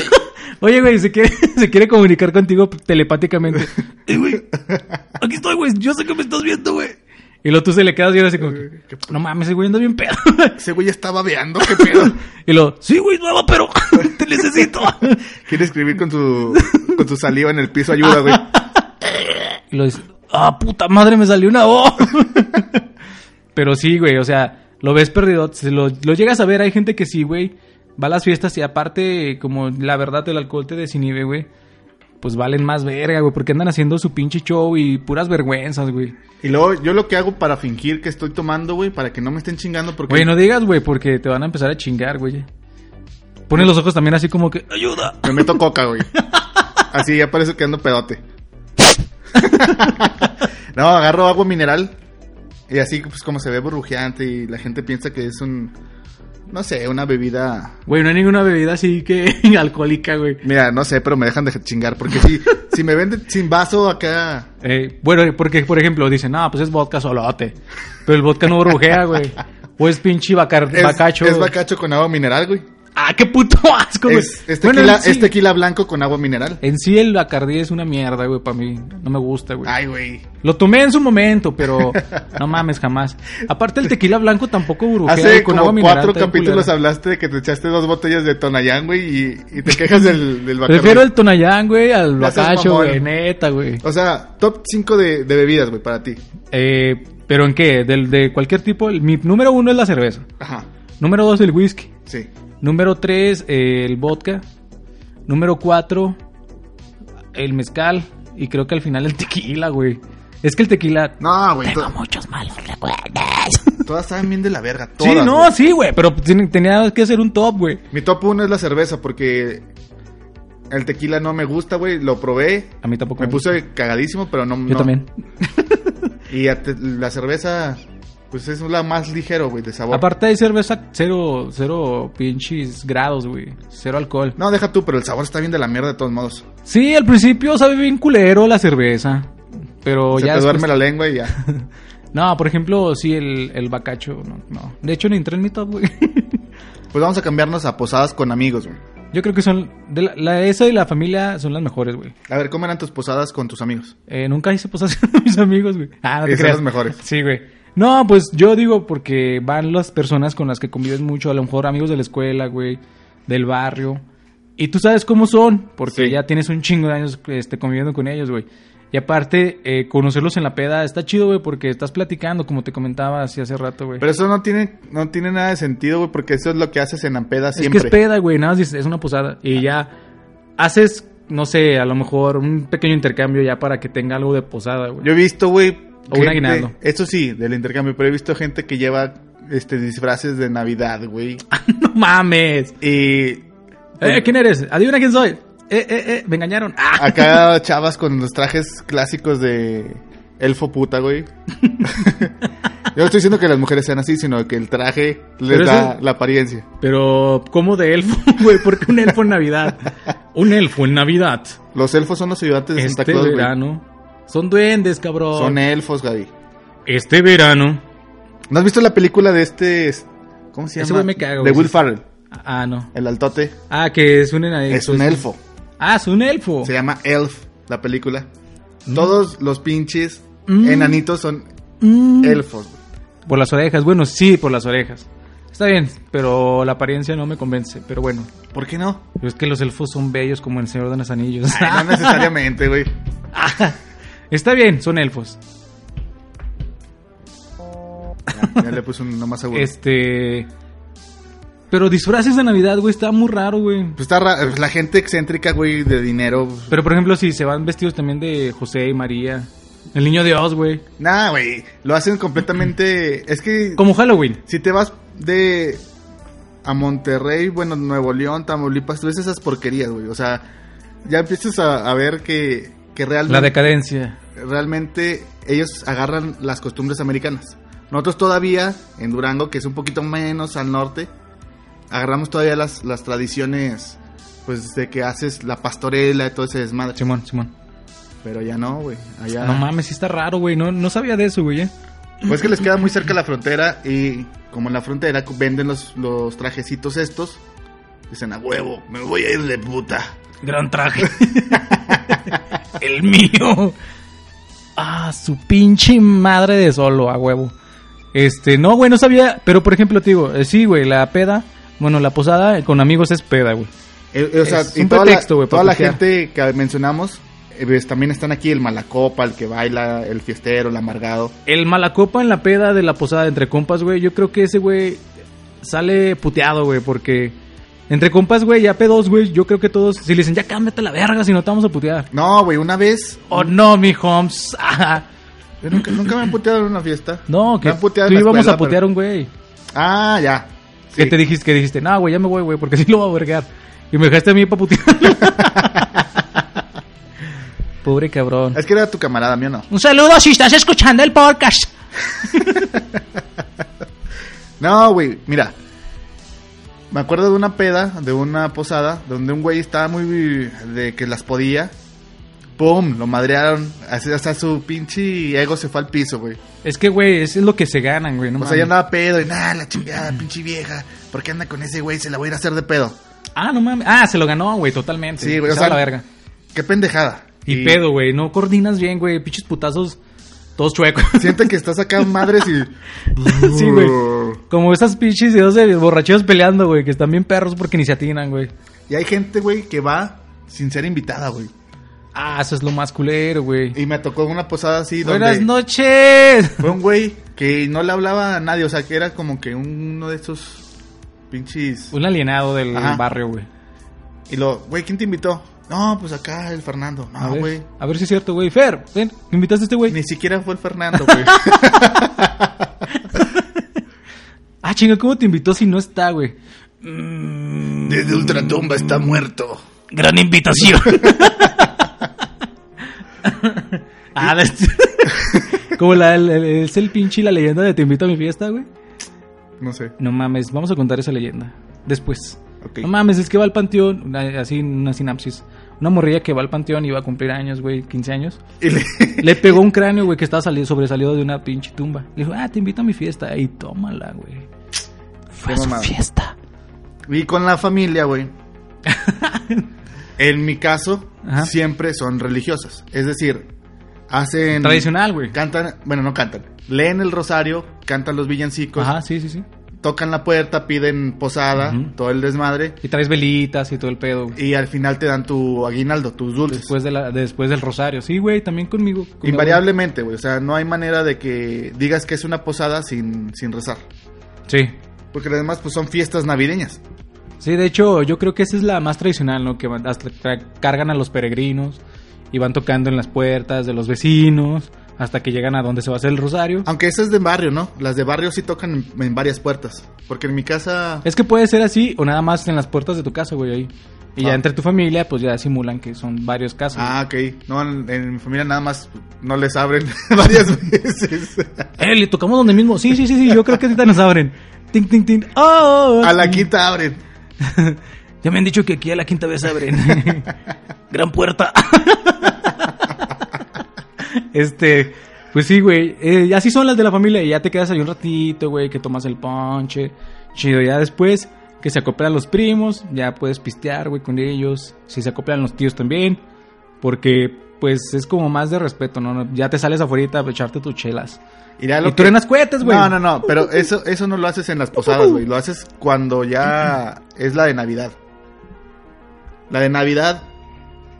Oye, güey, se quiere, se quiere comunicar contigo telepáticamente. Eh, güey. Aquí estoy, güey. Yo sé que me estás viendo, güey. Y luego tú se le quedas viendo así como que, no mames, ese güey anda bien pedo. Ese güey ya está babeando, qué pedo. Y luego, sí, Sí, güey, nueva, pero te necesito. Quiere escribir con su, con su saliva en el piso, ayuda, güey. y lo dices, ah, puta madre, me salió una voz. pero sí, güey, o sea, lo ves perdido, se lo, lo llegas a ver, hay gente que sí, güey, va a las fiestas y aparte, como la verdad, el alcohol te desinhibe, güey. Pues valen más verga, güey, porque andan haciendo su pinche show y puras vergüenzas, güey. Y luego yo lo que hago para fingir que estoy tomando, güey, para que no me estén chingando porque... Güey, no digas, güey, porque te van a empezar a chingar, güey. Ponen los ojos también así como que... Ayuda. Me meto coca, güey. Así ya parece que ando pedote. no, agarro agua mineral. Y así, pues como se ve burbujeante y la gente piensa que es un. No sé, una bebida. Güey, no hay ninguna bebida así que alcohólica, güey. Mira, no sé, pero me dejan de chingar. Porque si, si me venden sin vaso acá. Eh, bueno, porque, por ejemplo, dicen, no, pues es vodka solote. Pero el vodka no brujea, güey. O es pinche bacar- Es, bacacho. es bacacho con agua mineral, güey. Ah, qué puto asco, güey. Es, este es Bueno, tequila, en sí- es tequila blanco con agua mineral. En sí el Bacardí es una mierda, güey, para mí. No me gusta, güey. Ay, güey. Lo tomé en su momento, pero no mames jamás. Aparte el tequila blanco tampoco burbuja Hace como cuatro capítulos hablaste de que te echaste dos botellas de Tonayán, güey, y, y te quejas del, del Bacardí. Prefiero el Tonayán, güey, al No seas Bacacho, mamón. güey, neta, güey. O sea, top 5 de, de bebidas, güey, para ti. Eh, pero en qué? Del de cualquier tipo, el- mi número uno es la cerveza. Ajá, Número dos el whisky. sí. Número tres eh, el vodka. Número cuatro el mezcal y creo que al final el tequila, güey. Es que el tequila No, güey, to- Muchos malos recuerdos. todas saben bien de la verga. Todas, Sí, no, güey. sí, güey, pero ten- tenía que hacer un top, güey. Mi top 1 es la cerveza porque el tequila no me gusta, güey. Lo probé. A mí tampoco. Me gusta. puse cagadísimo, pero no. Yo también. Y a te- la cerveza, pues es la más ligero, güey, de sabor. Aparte hay cerveza cero, cero pinches grados, güey. Cero alcohol. No, deja tú, pero el sabor está bien de la mierda de todos modos. Sí, al principio sabe bien culero la cerveza. Pero Se ya. te duerme después- la lengua y ya. No, por ejemplo, sí, el, el bacacho. No, no. De hecho, ni entré en mi top, güey. Pues vamos a cambiarnos a posadas con amigos, güey. Yo creo que son. De la, la- esa y la familia son las mejores, güey. A ver, ¿cómo eran tus posadas con tus amigos? Eh, nunca hice posadas con mis amigos, güey. Ah, no te Esas creas. son las mejores. Sí, güey. No, pues yo digo porque van las personas con las que convives mucho, a lo mejor amigos de la escuela, güey, del barrio. Y tú sabes cómo son, porque Sí. ya tienes un chingo de años este, conviviendo con ellos, güey. Y aparte, eh, conocerlos en la peda está chido, güey, porque estás platicando, como te comentaba así hace rato, güey. Pero eso no tiene, no tiene nada de sentido, güey, porque eso es lo que haces en Ampeda Es siempre. que es peda, güey, nada más dices, es una posada. Y ya haces, no sé, a lo mejor un pequeño intercambio ya para que tenga algo de posada, güey. Yo he visto, güey. O un gente- aguinaldo. Eso sí, del intercambio, pero he visto gente que lleva este disfraces de Navidad, güey. ¡No mames! Y Eh, ¿Quién eres? Adivina quién soy. Eh, eh, eh, me engañaron. ¡Ah! acá chavas con los trajes clásicos de elfo puta, güey. Yo no estoy diciendo que las mujeres sean así, sino que el traje les Pero da eso- la apariencia. Pero, ¿cómo de elfo, güey? ¿Por qué un elfo en Navidad? Un elfo en Navidad. Los elfos son los ayudantes de Santa Este Claus, güey. verano. Son duendes, cabrón. Son elfos, Gaby. Este verano. ¿No has visto la película de este... es- ¿Cómo se llama? Ese güey me caga, de güey. Will Farrell, Ah, no. el altote. Ah, que es un enadicto. Es un elfo. Ah, es un elfo. Se llama Elf, la película. Todos los pinches Mm. enanitos son Mm. elfos. güey. Por las orejas. Bueno, sí, por las orejas. Está bien, pero la apariencia no me convence. Pero bueno, ¿Por qué no? es que los elfos son bellos como el Señor de los Anillos. Ay, no necesariamente, güey. Está bien, son elfos. Ya, ya le puse un nomás seguro. Este. Pero disfraces de Navidad, güey, está muy raro, güey. Pues está ra- pues la gente excéntrica, güey, de dinero. pues, Pero por ejemplo, si se van vestidos también de José y María, el niño Dios, güey. Nah, güey. Lo hacen completamente. Es que Como Halloween. si te vas de. A Monterrey, bueno, Nuevo León, Tamaulipas, tú ves esas porquerías, güey. O sea, ya empiezas a, a ver que, que realmente. La decadencia. realmente ellos agarran las costumbres americanas. Nosotros todavía, en Durango, que es un poquito menos al norte, agarramos todavía las, las tradiciones, pues, de que haces la pastorela y todo ese desmadre. Simón, Simón. Pero ya no, güey. Allá... No mames, sí está raro, güey. No, no sabía de eso, güey. eh. Pues que les queda muy cerca la frontera y como en la frontera cu- venden los, los trajecitos estos, dicen, a huevo, me voy a ir de puta. Gran traje. el mío. Ah, su pinche madre de solo, a huevo. Este, no, güey, no sabía. Pero por ejemplo, te digo, eh, sí, güey, la peda. Bueno, la posada eh, con amigos es peda, güey. Eh, eh, o sea, Es y un toda, pretexto, la, güey, para toda la pistear. gente que mencionamos, eh, ves, también están aquí el malacopa, el que baila, el fiestero, el amargado. El malacopa en la peda de la posada de entre compas, güey. Yo creo que ese güey sale puteado, güey, porque entre compas, güey, ya pedos, güey. Yo creo que todos, si le dicen, ya cámbiate la verga, si no te vamos a putear. No, güey, una vez, Oh, no, mi Holmes. Ah, yo nunca, nunca me han puteado en una fiesta. no, que Me han puteado tú en la íbamos escuela, a putear a un güey. pero- Ah, ya. Que Sí. te dijiste, que dijiste, no, güey, ya me voy, güey, porque si lo voy a vergar. Y me dejaste a mí para putear. Pobre cabrón. Es que era tu camarada, mío no. Un saludo si estás escuchando el podcast. No, güey, mira. Me acuerdo de una peda, de una posada, donde un güey estaba muy... de que las podía. ¡Pum! Lo madrearon. Así hasta su pinche ego se fue al piso, güey. Es que, güey, eso es lo que se ganan, güey. No o sea, mames. ya andaba pedo y nada, la chingada, pinche vieja. ¿Por qué anda con ese güey? Se la voy a ir a hacer de pedo. Ah, no mames. Ah, se lo ganó, güey, totalmente. Sí, güey, o Se va a sea- la verga. ¡Qué pendejada! Y, pedo, güey. No coordinas bien, güey. Pinches putazos todos chuecos. Siente que estás acá madres y. Sí, güey. Uh. Como esas pinches videos de borrachos peleando, güey, que están bien perros porque ni se atinan, güey. Y hay gente, güey, que va sin ser invitada, güey. Ah, eso es lo más culero, güey. Y me tocó una posada así donde. Buenas noches. Fue un güey que no le hablaba a nadie, o sea, que era como que uno de esos pinches. Un alienado del Ajá. barrio, güey. Y lo, güey, ¿quién te invitó? No, pues acá el Fernando. A, No, ver, Ah, güey. a ver si es cierto, güey. Fer, ven, ¿me invitaste a este güey? Ni siquiera fue el Fernando, güey. Ah, chinga, ¿cómo te invitó si no está, güey? Desde Ultratumba está muerto. Gran invitación. Ah, este- la- Como la, el- el- es el pinche y la leyenda de te invito a mi fiesta, güey. No sé. No mames, vamos a contar esa leyenda. Después. Ok. No mames, es que va al panteón, una- así una sinapsis. Una morrilla que va al panteón y va a cumplir años, güey, 15 años. Y le- Le pegó un cráneo, güey, que estaba salido, sobresalido de una pinche tumba. Le dijo, ah, te invito a mi fiesta. Y tómala, güey. Qué Fue a su mamada. fiesta. Y con la familia, güey. en mi caso, Ajá. siempre son religiosas. Es decir, hacen. Tradicional, güey. Cantan, bueno, no cantan. Leen el rosario, cantan los villancicos, Ajá, sí, sí, sí. tocan la puerta, piden posada, Ujú. todo el desmadre. Y traes velitas y todo el pedo, güey. Y al final te dan tu aguinaldo, tus dulces. Después, de la, después del rosario. Sí, güey, también conmigo. con mi Invariablemente, güey. O sea, no hay manera de que digas que es una posada sin, sin rezar. abuela. Sí. Porque además, pues son fiestas navideñas. Sí, de hecho, yo creo que esa es la más tradicional, ¿no? Que van- hasta tra- cargan a los peregrinos y van tocando en las puertas de los vecinos hasta que llegan a donde se va a hacer el rosario. Aunque esas es de barrio, ¿no? Las de barrio sí tocan en, en varias puertas. Porque en mi casa. Es que puede ser así o nada más en las puertas de tu casa, güey, ahí. Y Ah. ya entre tu familia, pues ya simulan que son varios casos. Ah, ok. No, en, en mi familia nada más no les abren varias veces. Eh, le tocamos donde mismo. Sí, sí, sí, sí, yo creo que ahorita nos abren. Tin, tin, tin. ¡Oh! A la quinta abren. Ya me han dicho que aquí a la quinta vez abren. Gran puerta. este, pues sí, güey. eh, así son las de la familia. Y ya te quedas ahí un ratito, güey, que tomas el ponche. Chido, ya después que se acoplan los primos, ya puedes pistear, güey, con ellos. Si se acoplan los tíos también. Porque, pues, es como más de respeto, ¿no? Ya te sales afuera a echarte tus chelas. Y ya Y lo tú eres unas cuetas, güey. No, no, no. Pero eso, eso no lo haces en las posadas, güey. Lo haces cuando ya es la de Navidad. La de Navidad.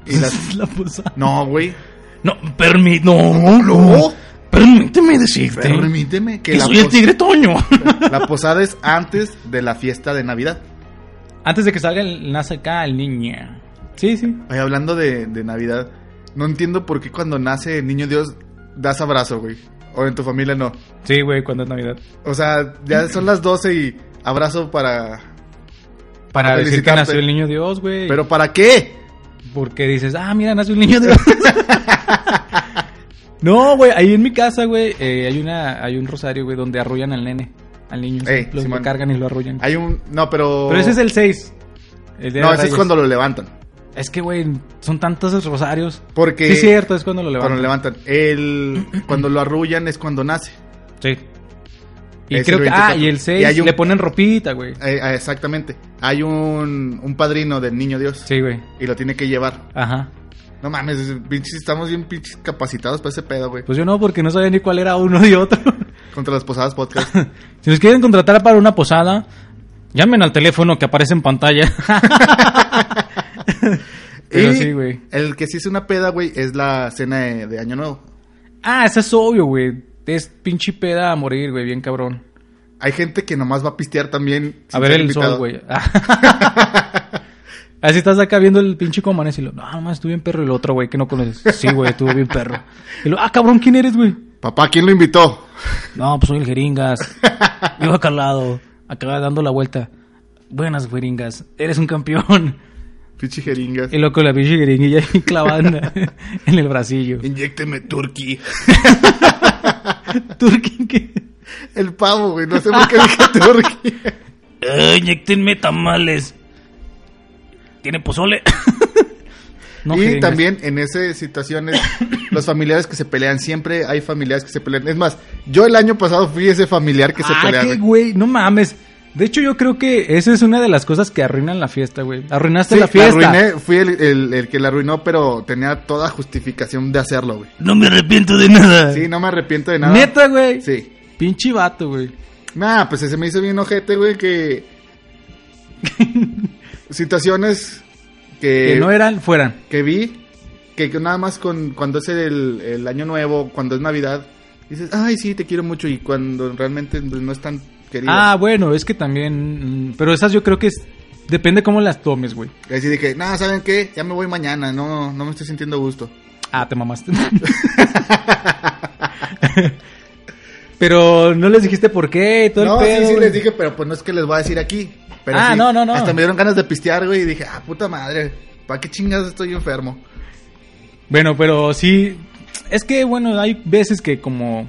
Y las... La posada. No, güey. No, permi... No, no. Permíteme decirte Permíteme que, que la, soy el pos- tigre Toño. la posada es antes de la fiesta de Navidad. Antes de que salga, el, nace acá el niño. Sí, sí. Oye, hablando de, de Navidad, no entiendo por qué cuando nace el niño Dios das abrazo, güey. O en tu familia no. Sí, güey, cuando es Navidad. O sea, ya son las 12 y abrazo para... Para decir que Felicitarte. nació el niño Dios, güey. ¿Pero para qué? Porque dices, ah, mira, nace un niño Dios. no, güey, ahí en mi casa, güey, eh, hay una hay un rosario, güey, donde arrullan al nene, al niño. Ey, lo Simón. cargan y lo arrullan. Hay un... No, pero... Pero ese es el 6. No, ese es cuando lo levantan. Es que, güey, son tantos rosarios. Porque... Sí, es cierto, es cuando lo Cuando levantan. lo levantan. El... Cuando lo arrullan es cuando nace. Sí. Y Es creo el que, ah, 24. y el Y hay 6 un- le ponen ropita, güey. Eh, eh, exactamente. Hay un, un padrino del niño Dios. Sí, güey. Y lo tiene que llevar. Ajá. No mames, es- pinches, estamos bien pinches capacitados para ese pedo, güey. Pues yo no, porque no sabía ni cuál era uno y otro. Contra las posadas podcast. Si nos quieren contratar para una posada, llamen al teléfono que aparece en pantalla. Pero Y sí, güey. El que sí es una peda, güey, es la cena de, de Año Nuevo. Ah, eso es obvio, güey. Es pinche peda a morir, güey, bien cabrón. Hay gente que nomás va a pistear también. A sin ver ser el invitado. sol, güey. Así estás acá viendo el pinche como amanece y lo, no, nomás estuve bien perro y el otro, güey, que no conoces. Sí, güey, estuvo bien perro. Y lo, ah, cabrón, ¿quién eres, güey? Papá, ¿quién lo invitó? No, pues soy el jeringas. Yo acá al lado, acá dando la vuelta. Buenas, jeringas. Eres un campeón. Pinche jeringas. Y loco, la pinche jeringuilla ahí clavada en- en el bracillo. Inyécteme turkey. Turquín, ¿qué? El pavo, güey. No sé por qué dije turkey. Eh, Inyectenme tamales. ¿Tiene pozole? No y jeringas. también en esas situaciones, los familiares que se pelean, siempre hay familiares que se pelean. Es más, yo el año pasado fui ese familiar que se ah, pelea. qué güey. güey, no mames. De hecho, yo creo que esa es una de las cosas que arruinan la fiesta, güey. Arruinaste Sí, la fiesta. arruiné, fui el, el- el que la arruinó, pero tenía toda justificación de hacerlo, güey. No me arrepiento de nada. Sí, no me arrepiento de nada. Neta, güey. Sí. Pinche vato, güey. Nah, pues ese me hizo bien ojete, güey, que... Situaciones que... que no eran, fueran. que vi que que nada más con cuando es el, el año nuevo, cuando es Navidad, dices, ay, sí, te quiero mucho, y cuando realmente pues, no es tan querido. Ah, bueno, es que también. mm, Pero esas yo creo que es. Depende cómo las tomes, güey. Y así dije, nada, ¿saben qué? Ya me voy mañana, no, no me estoy sintiendo a gusto. Ah, te mamaste. pero no les dijiste por qué, todo No, el pedo. sí, sí, güey. les dije, pero pues no es que les voy a decir aquí. Pero Ah, sí, no, no, no. Hasta me dieron ganas de pistear, güey, y dije, ah, puta madre, ¿para qué chingados estoy enfermo? Bueno, pero sí. Es que, bueno, hay veces que como.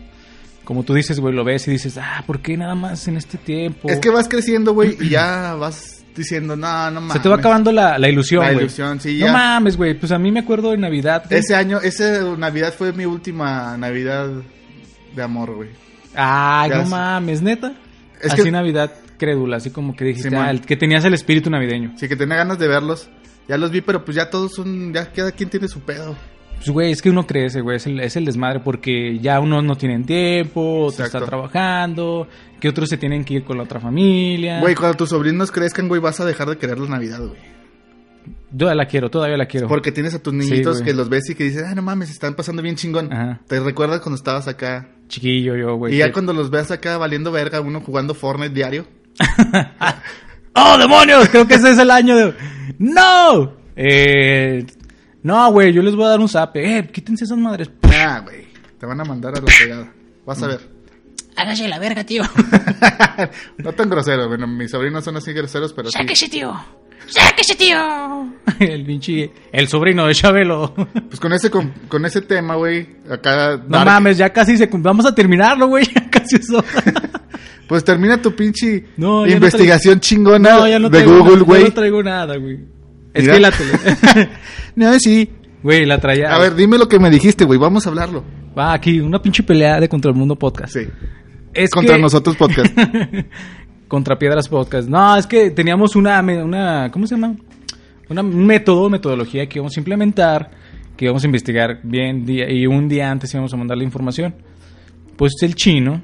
Como tú dices, güey, lo ves y dices, ah, ¿por qué nada más en este tiempo? Es que vas creciendo, güey, y ya vas diciendo, no, no mames. Se te va acabando la, la ilusión, La güey. ilusión, sí, No ya. mames, güey. Pues a mí me acuerdo de Navidad. güey. Ese año, esa Navidad fue mi última Navidad de amor, güey. Ay, Ya no sé. mames, neta. Es así que- Navidad crédula, así como que dijiste, Simón. ah, el- que tenías el espíritu navideño. Sí, que tenía ganas de verlos. Ya los vi, pero pues ya todos son. Ya cada quien tiene su pedo. Pues, güey, es que uno crece, güey, es el, es el desmadre porque ya unos no tienen tiempo, otros Exacto. están trabajando, que otros se tienen que ir con la otra familia. Güey, cuando tus sobrinos crezcan, güey, vas a dejar de querer la Navidad, güey. Yo la quiero, todavía la quiero. Porque tienes a tus niñitos güey. que los ves y que dices, ah, no mames, están pasando bien chingón. Ajá. Te recuerdas cuando estabas acá. Chiquillo yo, güey. y ya que- cuando los veas acá valiendo verga, uno jugando Fortnite diario. ¡Oh, demonios! Creo que ese es el año de... ¡No! Eh... No, güey, yo les voy a dar un zape. Eh, quítense esas madres. Ah, güey. Te van a mandar a la pegada. Mm. Vas a ver. Hágase la verga, tío. no tan grosero, bueno, mis sobrinos son así groseros, pero sí. Sáquese, tío. Sáquese, tío. el pinche... El sobrino de Chabelo. Pues con ese, con, con ese tema, güey, acá. No dark. mames, ya casi se... cum- Vamos a terminarlo, güey. Ya casi eso. Pues termina tu pinche No, ya no investigación chingona No, ya no de traigo Google, nada, güey. Ya no traigo nada, güey. Es Mira. que la tele... No, sí. Güey, la traía... A ver, dime lo que me dijiste, güey. Vamos a hablarlo. Va, aquí, una pinche pelea de Contra el Mundo Podcast. Sí. Es Contra que- nosotros podcast. Contra Piedras Podcast. No, es que teníamos una, me- una ¿cómo se llama? Una, un método, metodología que íbamos a implementar, que íbamos a investigar bien día, y un día antes íbamos a mandar la información. Pues el chino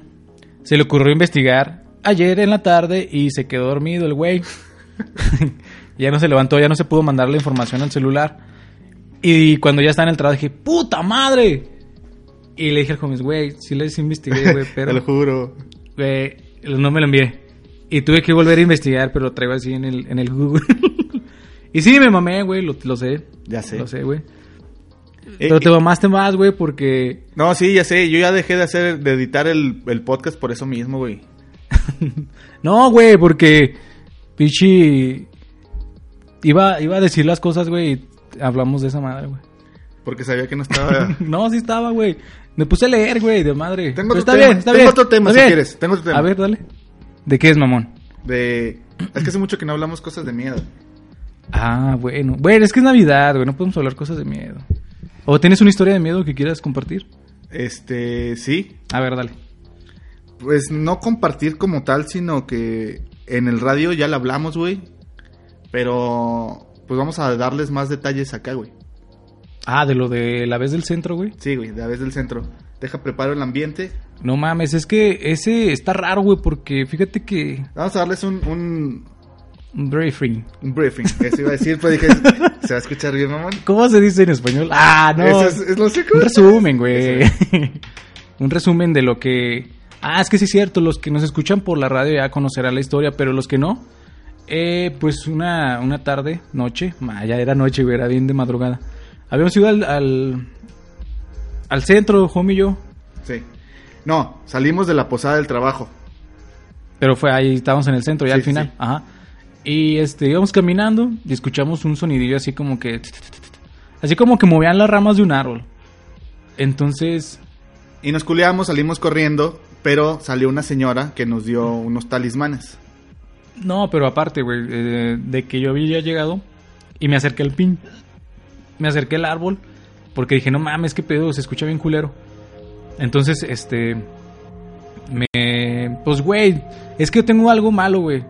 se le ocurrió investigar ayer en la tarde y se quedó dormido el güey. ya no se levantó, ya no se pudo mandar la información al celular. Y cuando ya estaba en el trabajo dije, ¡puta madre! Y le dije al Holmes, güey, sí les investigué, güey, pero... Te lo juro. Güey, Eh, no me lo envié. Y tuve que volver a investigar, pero lo traigo así en el, en el Google. y sí, me mamé, güey, lo, lo sé. Ya sé. Lo sé, güey. Eh, pero te eh, mamaste más, güey, porque... no, sí, ya sé. Yo ya dejé de hacer, de editar el, el podcast por eso mismo, güey. No, güey, porque... Pichi... Iba, iba a decir las cosas, güey, y hablamos de esa madre, güey. Porque sabía que no estaba. No, sí estaba, güey. Me puse a leer, güey, de madre. Tengo Pero otro está tema, bien, está tengo bien, otro tema, está si bien. quieres, tengo otro tema. A ver, dale. ¿De qué es, mamón? de. Es que hace mucho que no hablamos cosas de miedo. Ah, bueno. Bueno, es que es Navidad, güey. No podemos hablar cosas de miedo. ¿O tienes una historia de miedo que quieras compartir? Este, sí. A ver, dale. Pues no compartir como tal, sino que en el radio ya la hablamos, güey. Pero. Pues vamos a darles más detalles acá, güey. Ah, de lo de la vez del centro, güey. Sí, güey, de la vez del centro. Deja preparo el ambiente. No mames, es que ese está raro, güey, porque fíjate que... Vamos a darles un, un, un Briefing. un briefing. Eso iba a decir, pero dije, se va a escuchar bien, mamón. ¿Cómo se dice en español? Ah, no. Eso es, es- no sé cómo- Un resumen, güey. un resumen de lo que... Ah, es que sí es cierto, los que nos escuchan por la radio ya conocerán la historia, pero los que no, eh, pues una, una tarde, noche, ma, ya era noche, güey, era bien de madrugada. Habíamos ido al, al, al centro, homie y yo, Sí. No, salimos de la posada del trabajo. pero fue ahí, estábamos en el centro ya Sí, al final. sí. Ajá. Y este, íbamos caminando y escuchamos un sonidillo así como que... Así como que movían las ramas de un árbol. Entonces, Y nos culeamos, salimos corriendo, pero salió una señora que nos dio unos talismanes. No, pero aparte, güey, eh, de que yo había llegado y me acerqué al pin. me acerqué al árbol porque dije, no mames, qué pedo, se escucha bien culero. Entonces, este, me, pues güey, es que yo tengo algo malo, güey.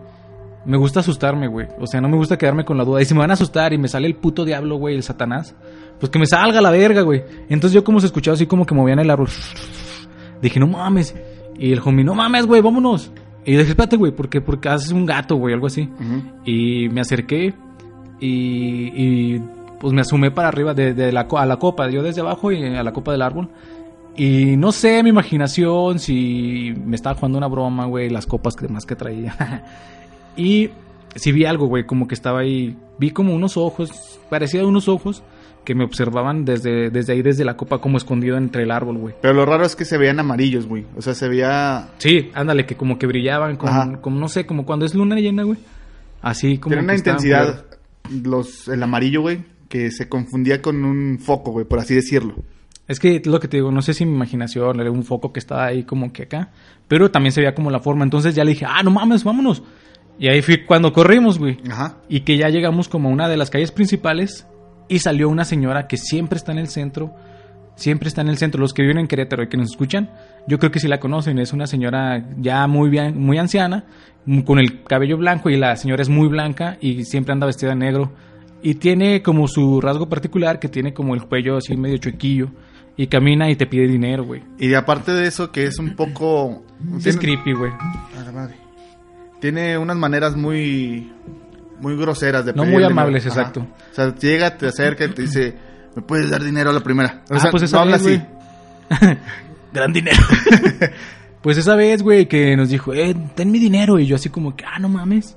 Me gusta asustarme, güey. O sea, no me gusta quedarme con la duda. Y si me van a asustar y me sale el puto diablo, güey, el satanás, pues que me salga la verga, güey. Entonces yo como se escuchaba así como que movían el árbol. Dije, no mames. Y el homie, no mames, güey, vámonos. Y dije, espérate, güey, porque, porque haces un gato, güey, algo así. Y me acerqué y, y, pues me asomé para arriba de, de la, co- a la copa, yo desde abajo y a la copa del árbol. Y no sé, mi imaginación, si me estaba jugando una broma, güey, las copas que más que traía. y sí vi algo, güey, como que estaba ahí, vi como unos ojos, parecía unos ojos que me observaban desde, desde ahí, desde la copa, como escondido entre el árbol, güey. Pero lo raro es que se veían amarillos, güey. O sea, se veía... Sí, ándale, que como que brillaban, con, Ajá. como no sé, como cuando es luna llena, güey. Así como. Tenía una que estaban, intensidad, güey. los, el amarillo, güey, que se confundía con un foco, güey, por así decirlo. Es que lo que te digo, no sé si mi imaginación era un foco que estaba ahí como que acá, pero también se veía como la forma. Entonces ya le dije, ah, no mames, vámonos. Y ahí fui cuando corrimos, güey. Ajá. Y que ya llegamos como a una de las calles principales y salió una señora que siempre está en el centro. Siempre está en el centro. Los que viven en Querétaro y que nos escuchan, yo creo que sí la conocen. Es una señora ya muy bien, muy anciana, mm, con el cabello blanco y la señora es muy blanca y siempre anda vestida de negro. Y tiene como su rasgo particular que tiene como el cuello así medio chuequillo y camina y te pide dinero, güey. Y aparte de eso, que es un poco... Es tiene- creepy, güey. A la madre. Tiene unas maneras muy muy groseras de No pedirle muy dinero. amables, Ajá. exacto. O sea, llega, te acerca y te dice, "¿Me puedes dar dinero a la primera?" O Ah, sea, pues esa no habla vez, así. güey. Gran dinero. pues esa vez, güey, que nos dijo, eh, ten mi dinero. Y yo así como que, ah, no mames.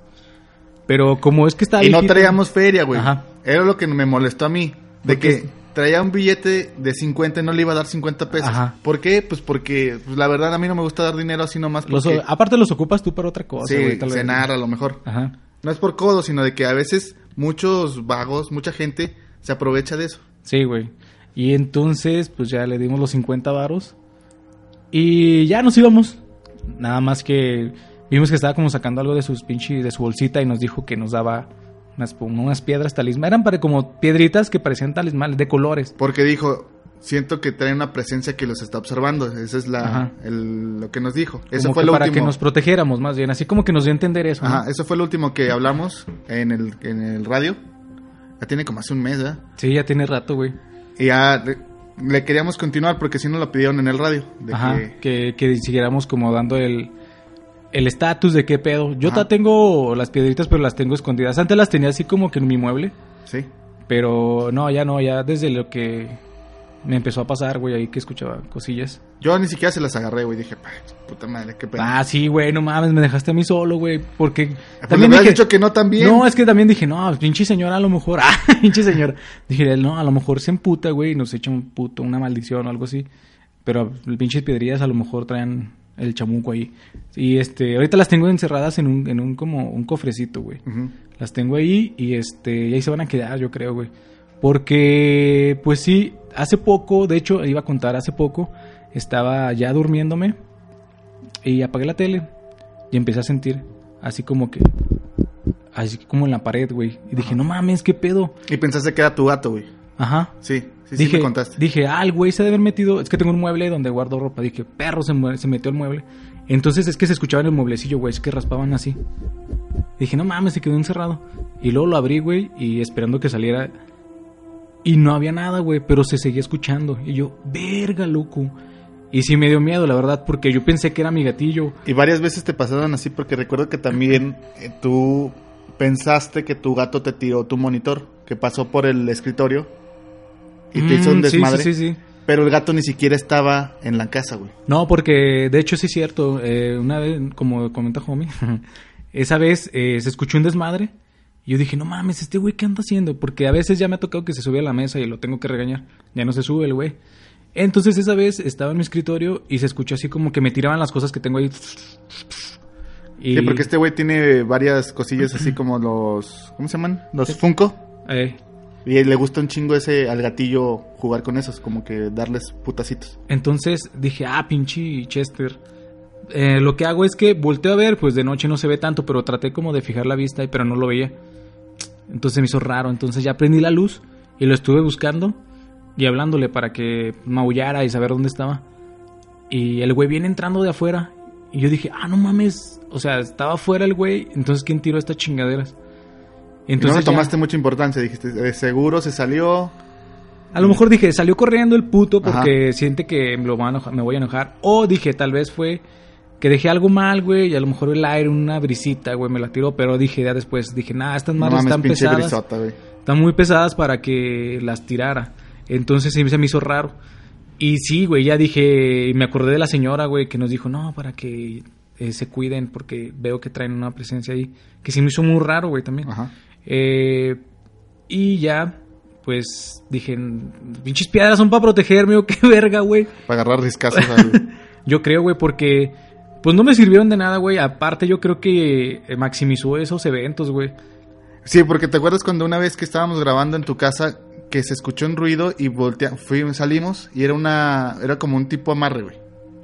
Pero como es que estaba Y no viejito- traíamos feria, güey. Ajá. Era lo que me molestó a mí, de Porque que traía un billete de 50 y no le iba a dar 50 pesos. Ajá. ¿Por qué? Pues porque pues, la verdad a mí no me gusta dar dinero así nomás Los, porque aparte los ocupas tú para otra cosa, sí, güey, tal vez. cenar a lo mejor. Ajá. No es por codo, sino de que a veces muchos vagos, mucha gente se aprovecha de eso. Sí, güey. Y entonces, pues ya le dimos los 50 varos. Y ya nos íbamos. Nada más que vimos que estaba como sacando algo de sus pinches, de su bolsita y nos dijo que nos daba unas, unas piedras talismán. Eran para, como piedritas que parecían talismanes, de colores. Porque dijo, siento que trae una presencia que los está observando. Esa es la, Ajá. el- lo que nos dijo. Como Eso fue que lo para último. que nos protegiéramos más bien, así como que nos dio a entender eso. ¿no? Ajá, eso fue lo último que hablamos en el, en el radio. Ya tiene como hace un mes, ¿verdad? Sí, ya tiene rato, güey. Y ya le, le queríamos continuar porque si no lo pidieron en el radio. de Ajá, que- que... que siguiéramos como dando el el estatus de qué pedo. Yo Ajá. ya tengo las piedritas, pero las tengo escondidas. Antes las tenía así como que en mi mueble, sí. pero no, ya no, ya desde lo que me empezó a pasar, güey, ahí que escuchaba cosillas. "Ah, Yo ni siquiera se las agarré, güey. Dije, "Ay, puta madre, qué pena. Ah, Ah, sí, güey, no mames, me dejaste a mí solo, güey, porque también me dicho que no también. No, es que también dije, no, pinche señora, a lo mejor, ah, pinche señora. Dije, no, a lo mejor se emputa, güey, y nos echa un puto, una maldición o algo así. Pero pinches piedrillas a lo mejor traen el chamuco ahí. Y este, ahorita las tengo encerradas en un, en un como, un cofrecito, güey. Ujú. Las tengo ahí y este, y ahí se van a quedar, yo creo, güey. Porque, pues sí, hace poco, de hecho, iba a contar, hace poco, estaba ya durmiéndome y apagué la tele y empecé a sentir así como que, así como en la pared, güey. Y dije, no mames, qué pedo. Y pensaste que era tu gato, güey. Ajá. Sí, sí, dije, sí me contaste. dije, ah, el güey se debe haber metido. Es que tengo un mueble donde guardo ropa. Dije, perro, se, mue- se metió el mueble. Entonces es que se escuchaba en el mueblecillo, güey, es que raspaban así. Dije, no mames, se quedó encerrado. Y luego lo abrí, güey, y esperando que saliera. Y no había nada, güey, pero se seguía escuchando. Y yo, verga, loco. Y sí me dio miedo, la verdad, porque yo pensé que era mi gatillo. Y varias veces te pasaron así porque recuerdo que también eh, tú pensaste que tu gato te tiró tu monitor, que pasó por el escritorio y te hizo un Mm, sí, desmadre. Sí, sí, sí. Pero el gato ni siquiera estaba en la casa, güey. No, porque de hecho sí es cierto. eh, una vez, como comenta Homie, esa vez eh, se escuchó un desmadre. Y yo dije, no mames, este güey, ¿qué anda haciendo? Porque a veces ya me ha tocado que se sube a la mesa y lo tengo que regañar. Ya no se sube el güey. Entonces esa vez estaba en mi escritorio y se escuchó así como que me tiraban las cosas que tengo ahí. Y, Sí, porque este güey tiene varias cosillas así como los... ¿Cómo se llaman? Los Funko. eh, Y le gusta un chingo ese al gatillo jugar con esos, como que darles putacitos. Entonces dije, ah, pinche Chester. Eh, lo que hago es que volteo a ver, pues de noche no se ve tanto, pero traté como de fijar la vista, pero no lo veía. Entonces me hizo raro. Entonces ya prendí la luz y Y lo estuve buscando y hablándole para que maullara y saber dónde estaba. Y el güey viene entrando de afuera. Y yo dije, ah, no mames. O sea, estaba afuera el güey. Entonces, ¿quién tiró estas chingaderas? Entonces, no le ya- tomaste mucha importancia, dijiste, de seguro se salió. a Mm. lo mejor dije, salió corriendo el puto porque siente que me, lo va a enojar- me voy a enojar. O dije, tal vez fue que dejé algo mal, güey, y a lo mejor el aire, una brisita, güey, me la tiró. Pero dije, ya después, dije, nada, estas No madres mames, están pinche pesadas. brisota, güey. Están muy pesadas para que las tirara. Entonces sí, se me hizo raro. Y sí, güey, ya dije, y me acordé de la señora, güey, que nos dijo, no, para que eh, se cuiden porque veo que traen una presencia ahí. Que sí me hizo muy raro, güey, también. Ajá. Eh, y ya, pues dije, pinches piedras son para protegerme o qué verga, güey. Para agarrar riscazos al... Yo creo, güey, porque pues no me sirvieron de nada, güey. Aparte yo creo que eh, maximizó esos eventos, güey. Sí, porque te acuerdas cuando una vez que estábamos grabando en tu casa que se escuchó un ruido y voltea, fui- salimos y era una era como un tipo amarre, güey.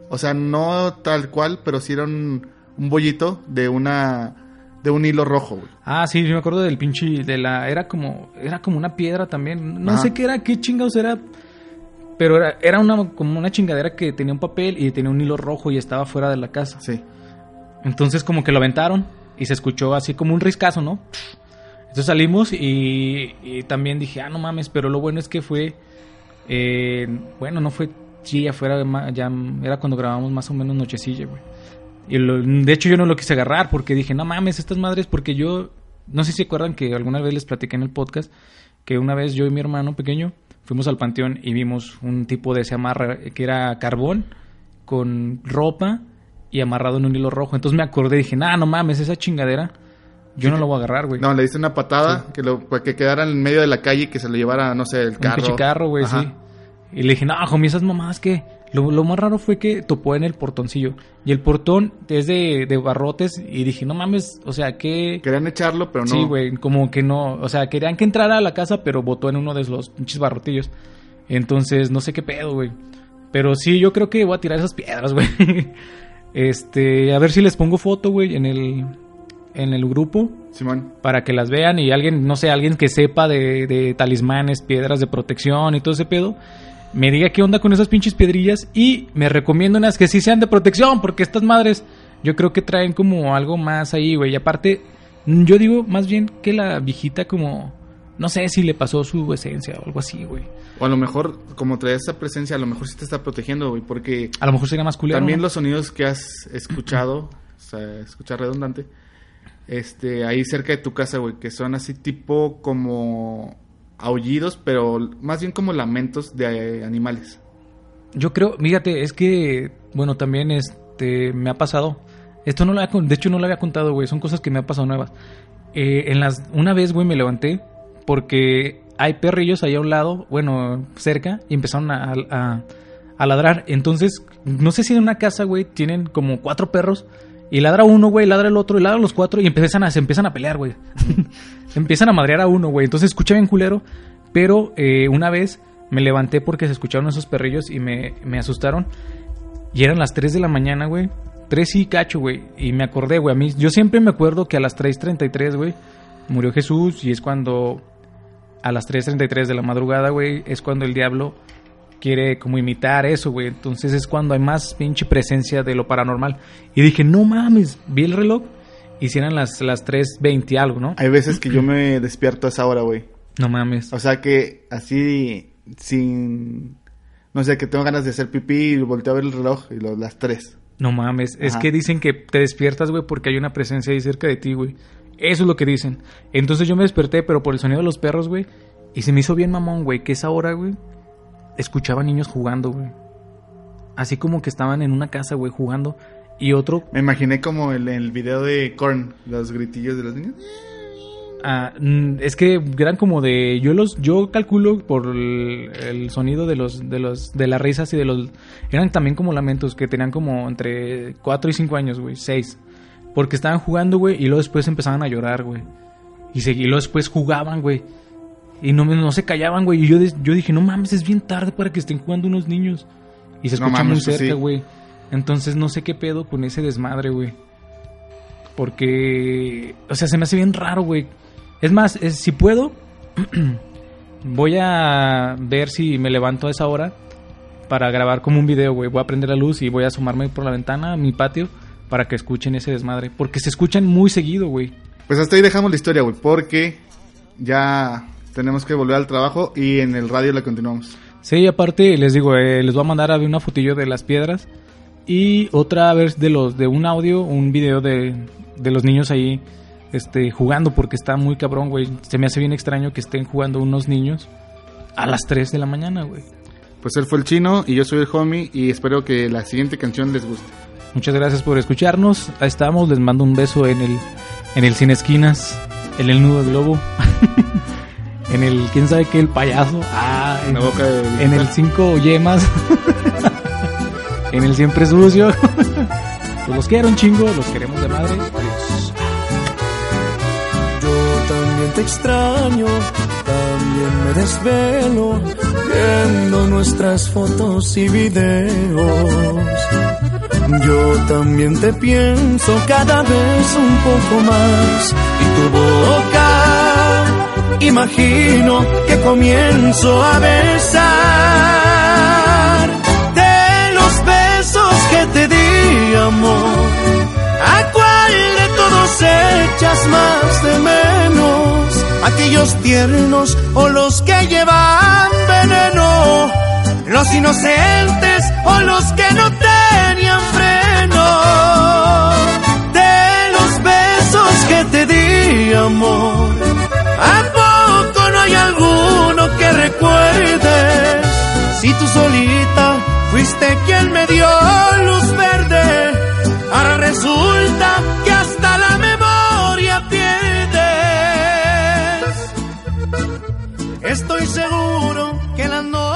O sea, no tal cual, pero sí era un, un bollito de una de un hilo rojo, güey. Ah, sí, yo me acuerdo del pinche de la era como era como una piedra también. No Ajá. sé qué era, qué chingados era. Pero era, era una como una chingadera que tenía un papel y tenía un hilo rojo y estaba fuera de la casa. Sí. Entonces como que lo aventaron y se escuchó así como un riscazo, ¿no? Entonces salimos y, y también dije, ah, no mames, pero lo bueno es que fue, eh, bueno, no fue, sí, ya fuera, de ma- ya era cuando grabamos más o menos nochecilla, güey. Y lo- de hecho yo no lo quise agarrar porque dije, no mames, estas madres, porque yo, no sé si acuerdan que alguna vez les platiqué en el podcast que una vez yo y mi hermano pequeño fuimos al panteón y vimos un tipo de ese amarre que era carbón con ropa y amarrado en un hilo rojo. Entonces me acordé y dije, nah, no mames, esa chingadera, yo no la voy a agarrar, güey. No, le diste una patada que lo que quedara en medio de la calle y que se lo llevara, no sé, el Un carro. pinche carro, güey, Ajá. sí. Y le dije, no, homie, esas mamadas que. Lo, lo más raro fue que topó en el portoncillo. Y el portón es de, de barrotes. Y dije, no mames, o sea, que. Querían echarlo, pero no. Sí, güey, como que no. O sea, querían que entrara a la casa, pero botó en uno de los pinches barrotillos. Entonces, no sé qué pedo, güey. Pero sí, yo creo que voy a tirar esas piedras, güey. este, a ver si les pongo foto, güey, en el, en el grupo Simón. para que las vean y alguien, no sé, alguien que sepa de, de talismanes, piedras de protección y todo ese pedo, me diga qué onda con esas pinches piedrillas y me recomiendo unas que sí sean de protección, porque estas madres yo creo que traen como algo más ahí, güey. Y aparte, mm, yo digo más bien que la viejita como, no sé si le pasó su esencia o algo así, güey. O a lo mejor, como traes esa presencia, a lo mejor sí te está protegiendo, güey, porque A lo mejor sería más culero. también ¿no? los sonidos que has escuchado, o sea, escuchar redundante, este, ahí cerca de tu casa, güey, que son así tipo como aullidos, pero más bien como lamentos de eh, animales. Yo creo, fíjate, es que, bueno, también este me ha pasado. Esto no lo había, con- de hecho no lo había contado, güey. Son cosas que me han pasado nuevas. Eh, en las, una vez, güey, me levanté porque hay perrillos ahí a un lado, bueno, cerca, y empezaron a, a- a ladrar. Entonces, no sé si en una casa, güey, tienen como cuatro perros y ladra uno, güey, ladra el otro, y ladra los cuatro y empiezan a, se empiezan a pelear, güey. Se empiezan a madrear a uno, güey. Entonces escucha bien culero. Pero eh, una vez me levanté porque se escucharon esos perrillos y me, me asustaron. Y eran las 3 de la mañana, güey. 3 y cacho, güey. Y me acordé, güey. A mí, yo siempre me acuerdo que a las 3.33, güey, murió Jesús. Y es cuando. A las 3.33 de la madrugada, güey, es cuando el diablo quiere como imitar eso, güey. Entonces es cuando hay más pinche presencia de lo paranormal. Y dije, no mames. Vi el reloj y si eran las, las 3.20 algo, ¿no? Hay veces que yo me despierto a esa hora, güey. No mames. O sea que así sin no sé, que tengo ganas de hacer pipí y volteo a ver el reloj y lo- las tres. No mames, es Ajá. que dicen que te despiertas, güey, porque hay una presencia ahí cerca de ti, güey. Eso es lo que dicen. Entonces yo me desperté, pero por el sonido de los perros, güey. Y se me hizo bien mamón, güey, que esa hora, güey, escuchaba niños jugando, güey. Así como que estaban en una casa, güey, jugando. Y otro, Me imaginé como el, el video de Korn, los gritillos de los niños. ah, mm, es que eran como de, yo los, yo calculo por el, el sonido de los, de los, de las risas y de los, eran también como lamentos que tenían como entre 4 y 5 años, güey, 6. Porque estaban jugando, güey, y luego después empezaban a llorar, güey. Y, se- y luego después jugaban, güey. Y no, me- no se callaban, güey. Y yo, des- yo dije, no mames, es bien tarde para que estén jugando unos niños. Y se No escucha mames, muy pues sí. cerca, güey. Entonces no sé qué pedo con ese desmadre, güey. Porque, o sea, se me hace bien raro, güey. Es más, es- si puedo, Voy a ver si me levanto a esa hora para grabar como un video, güey. Voy a prender la luz y voy a asomarme por la ventana a mi patio para que escuchen ese desmadre. Porque se escuchan muy seguido, güey. Pues hasta ahí dejamos la historia, güey, porque ya tenemos que volver al trabajo y en el radio la continuamos. Sí, aparte les digo, eh, les voy a mandar a ver una fotillo de las piedras y otra vez de los de un audio, un video de, de los niños ahí este jugando porque está muy cabrón, güey. Se me hace bien extraño que estén jugando unos niños a las 3 de la mañana, güey. Pues él fue el chino y yo soy el homie y espero que la siguiente canción les guste. Muchas gracias por escucharnos. Ahí estamos, les mando un beso en el en el cine esquinas, en el nudo de globo. En el, quién sabe qué, el payaso. Ah, en, La boca del- en el 5 yemas. en el siempre sucio. pues los quiero un chingo, los queremos de madre. Adiós. Yo también te extraño, también me desvelo viendo nuestras fotos y videos. Yo también te pienso cada vez un poco más y tu boca imagino que comienzo a besar de los besos que te di, amor. ¿A cuál de todos echas más de menos? Aquellos tiernos o los que llevan veneno, los inocentes o los que no tenían freno. De los besos que te di, amor, ¿a poco no hay alguno que recuerdes? Si tú solita fuiste quien me dio luz verde. Ahora resulta que hasta la memoria pierdes. Estoy seguro que la noche.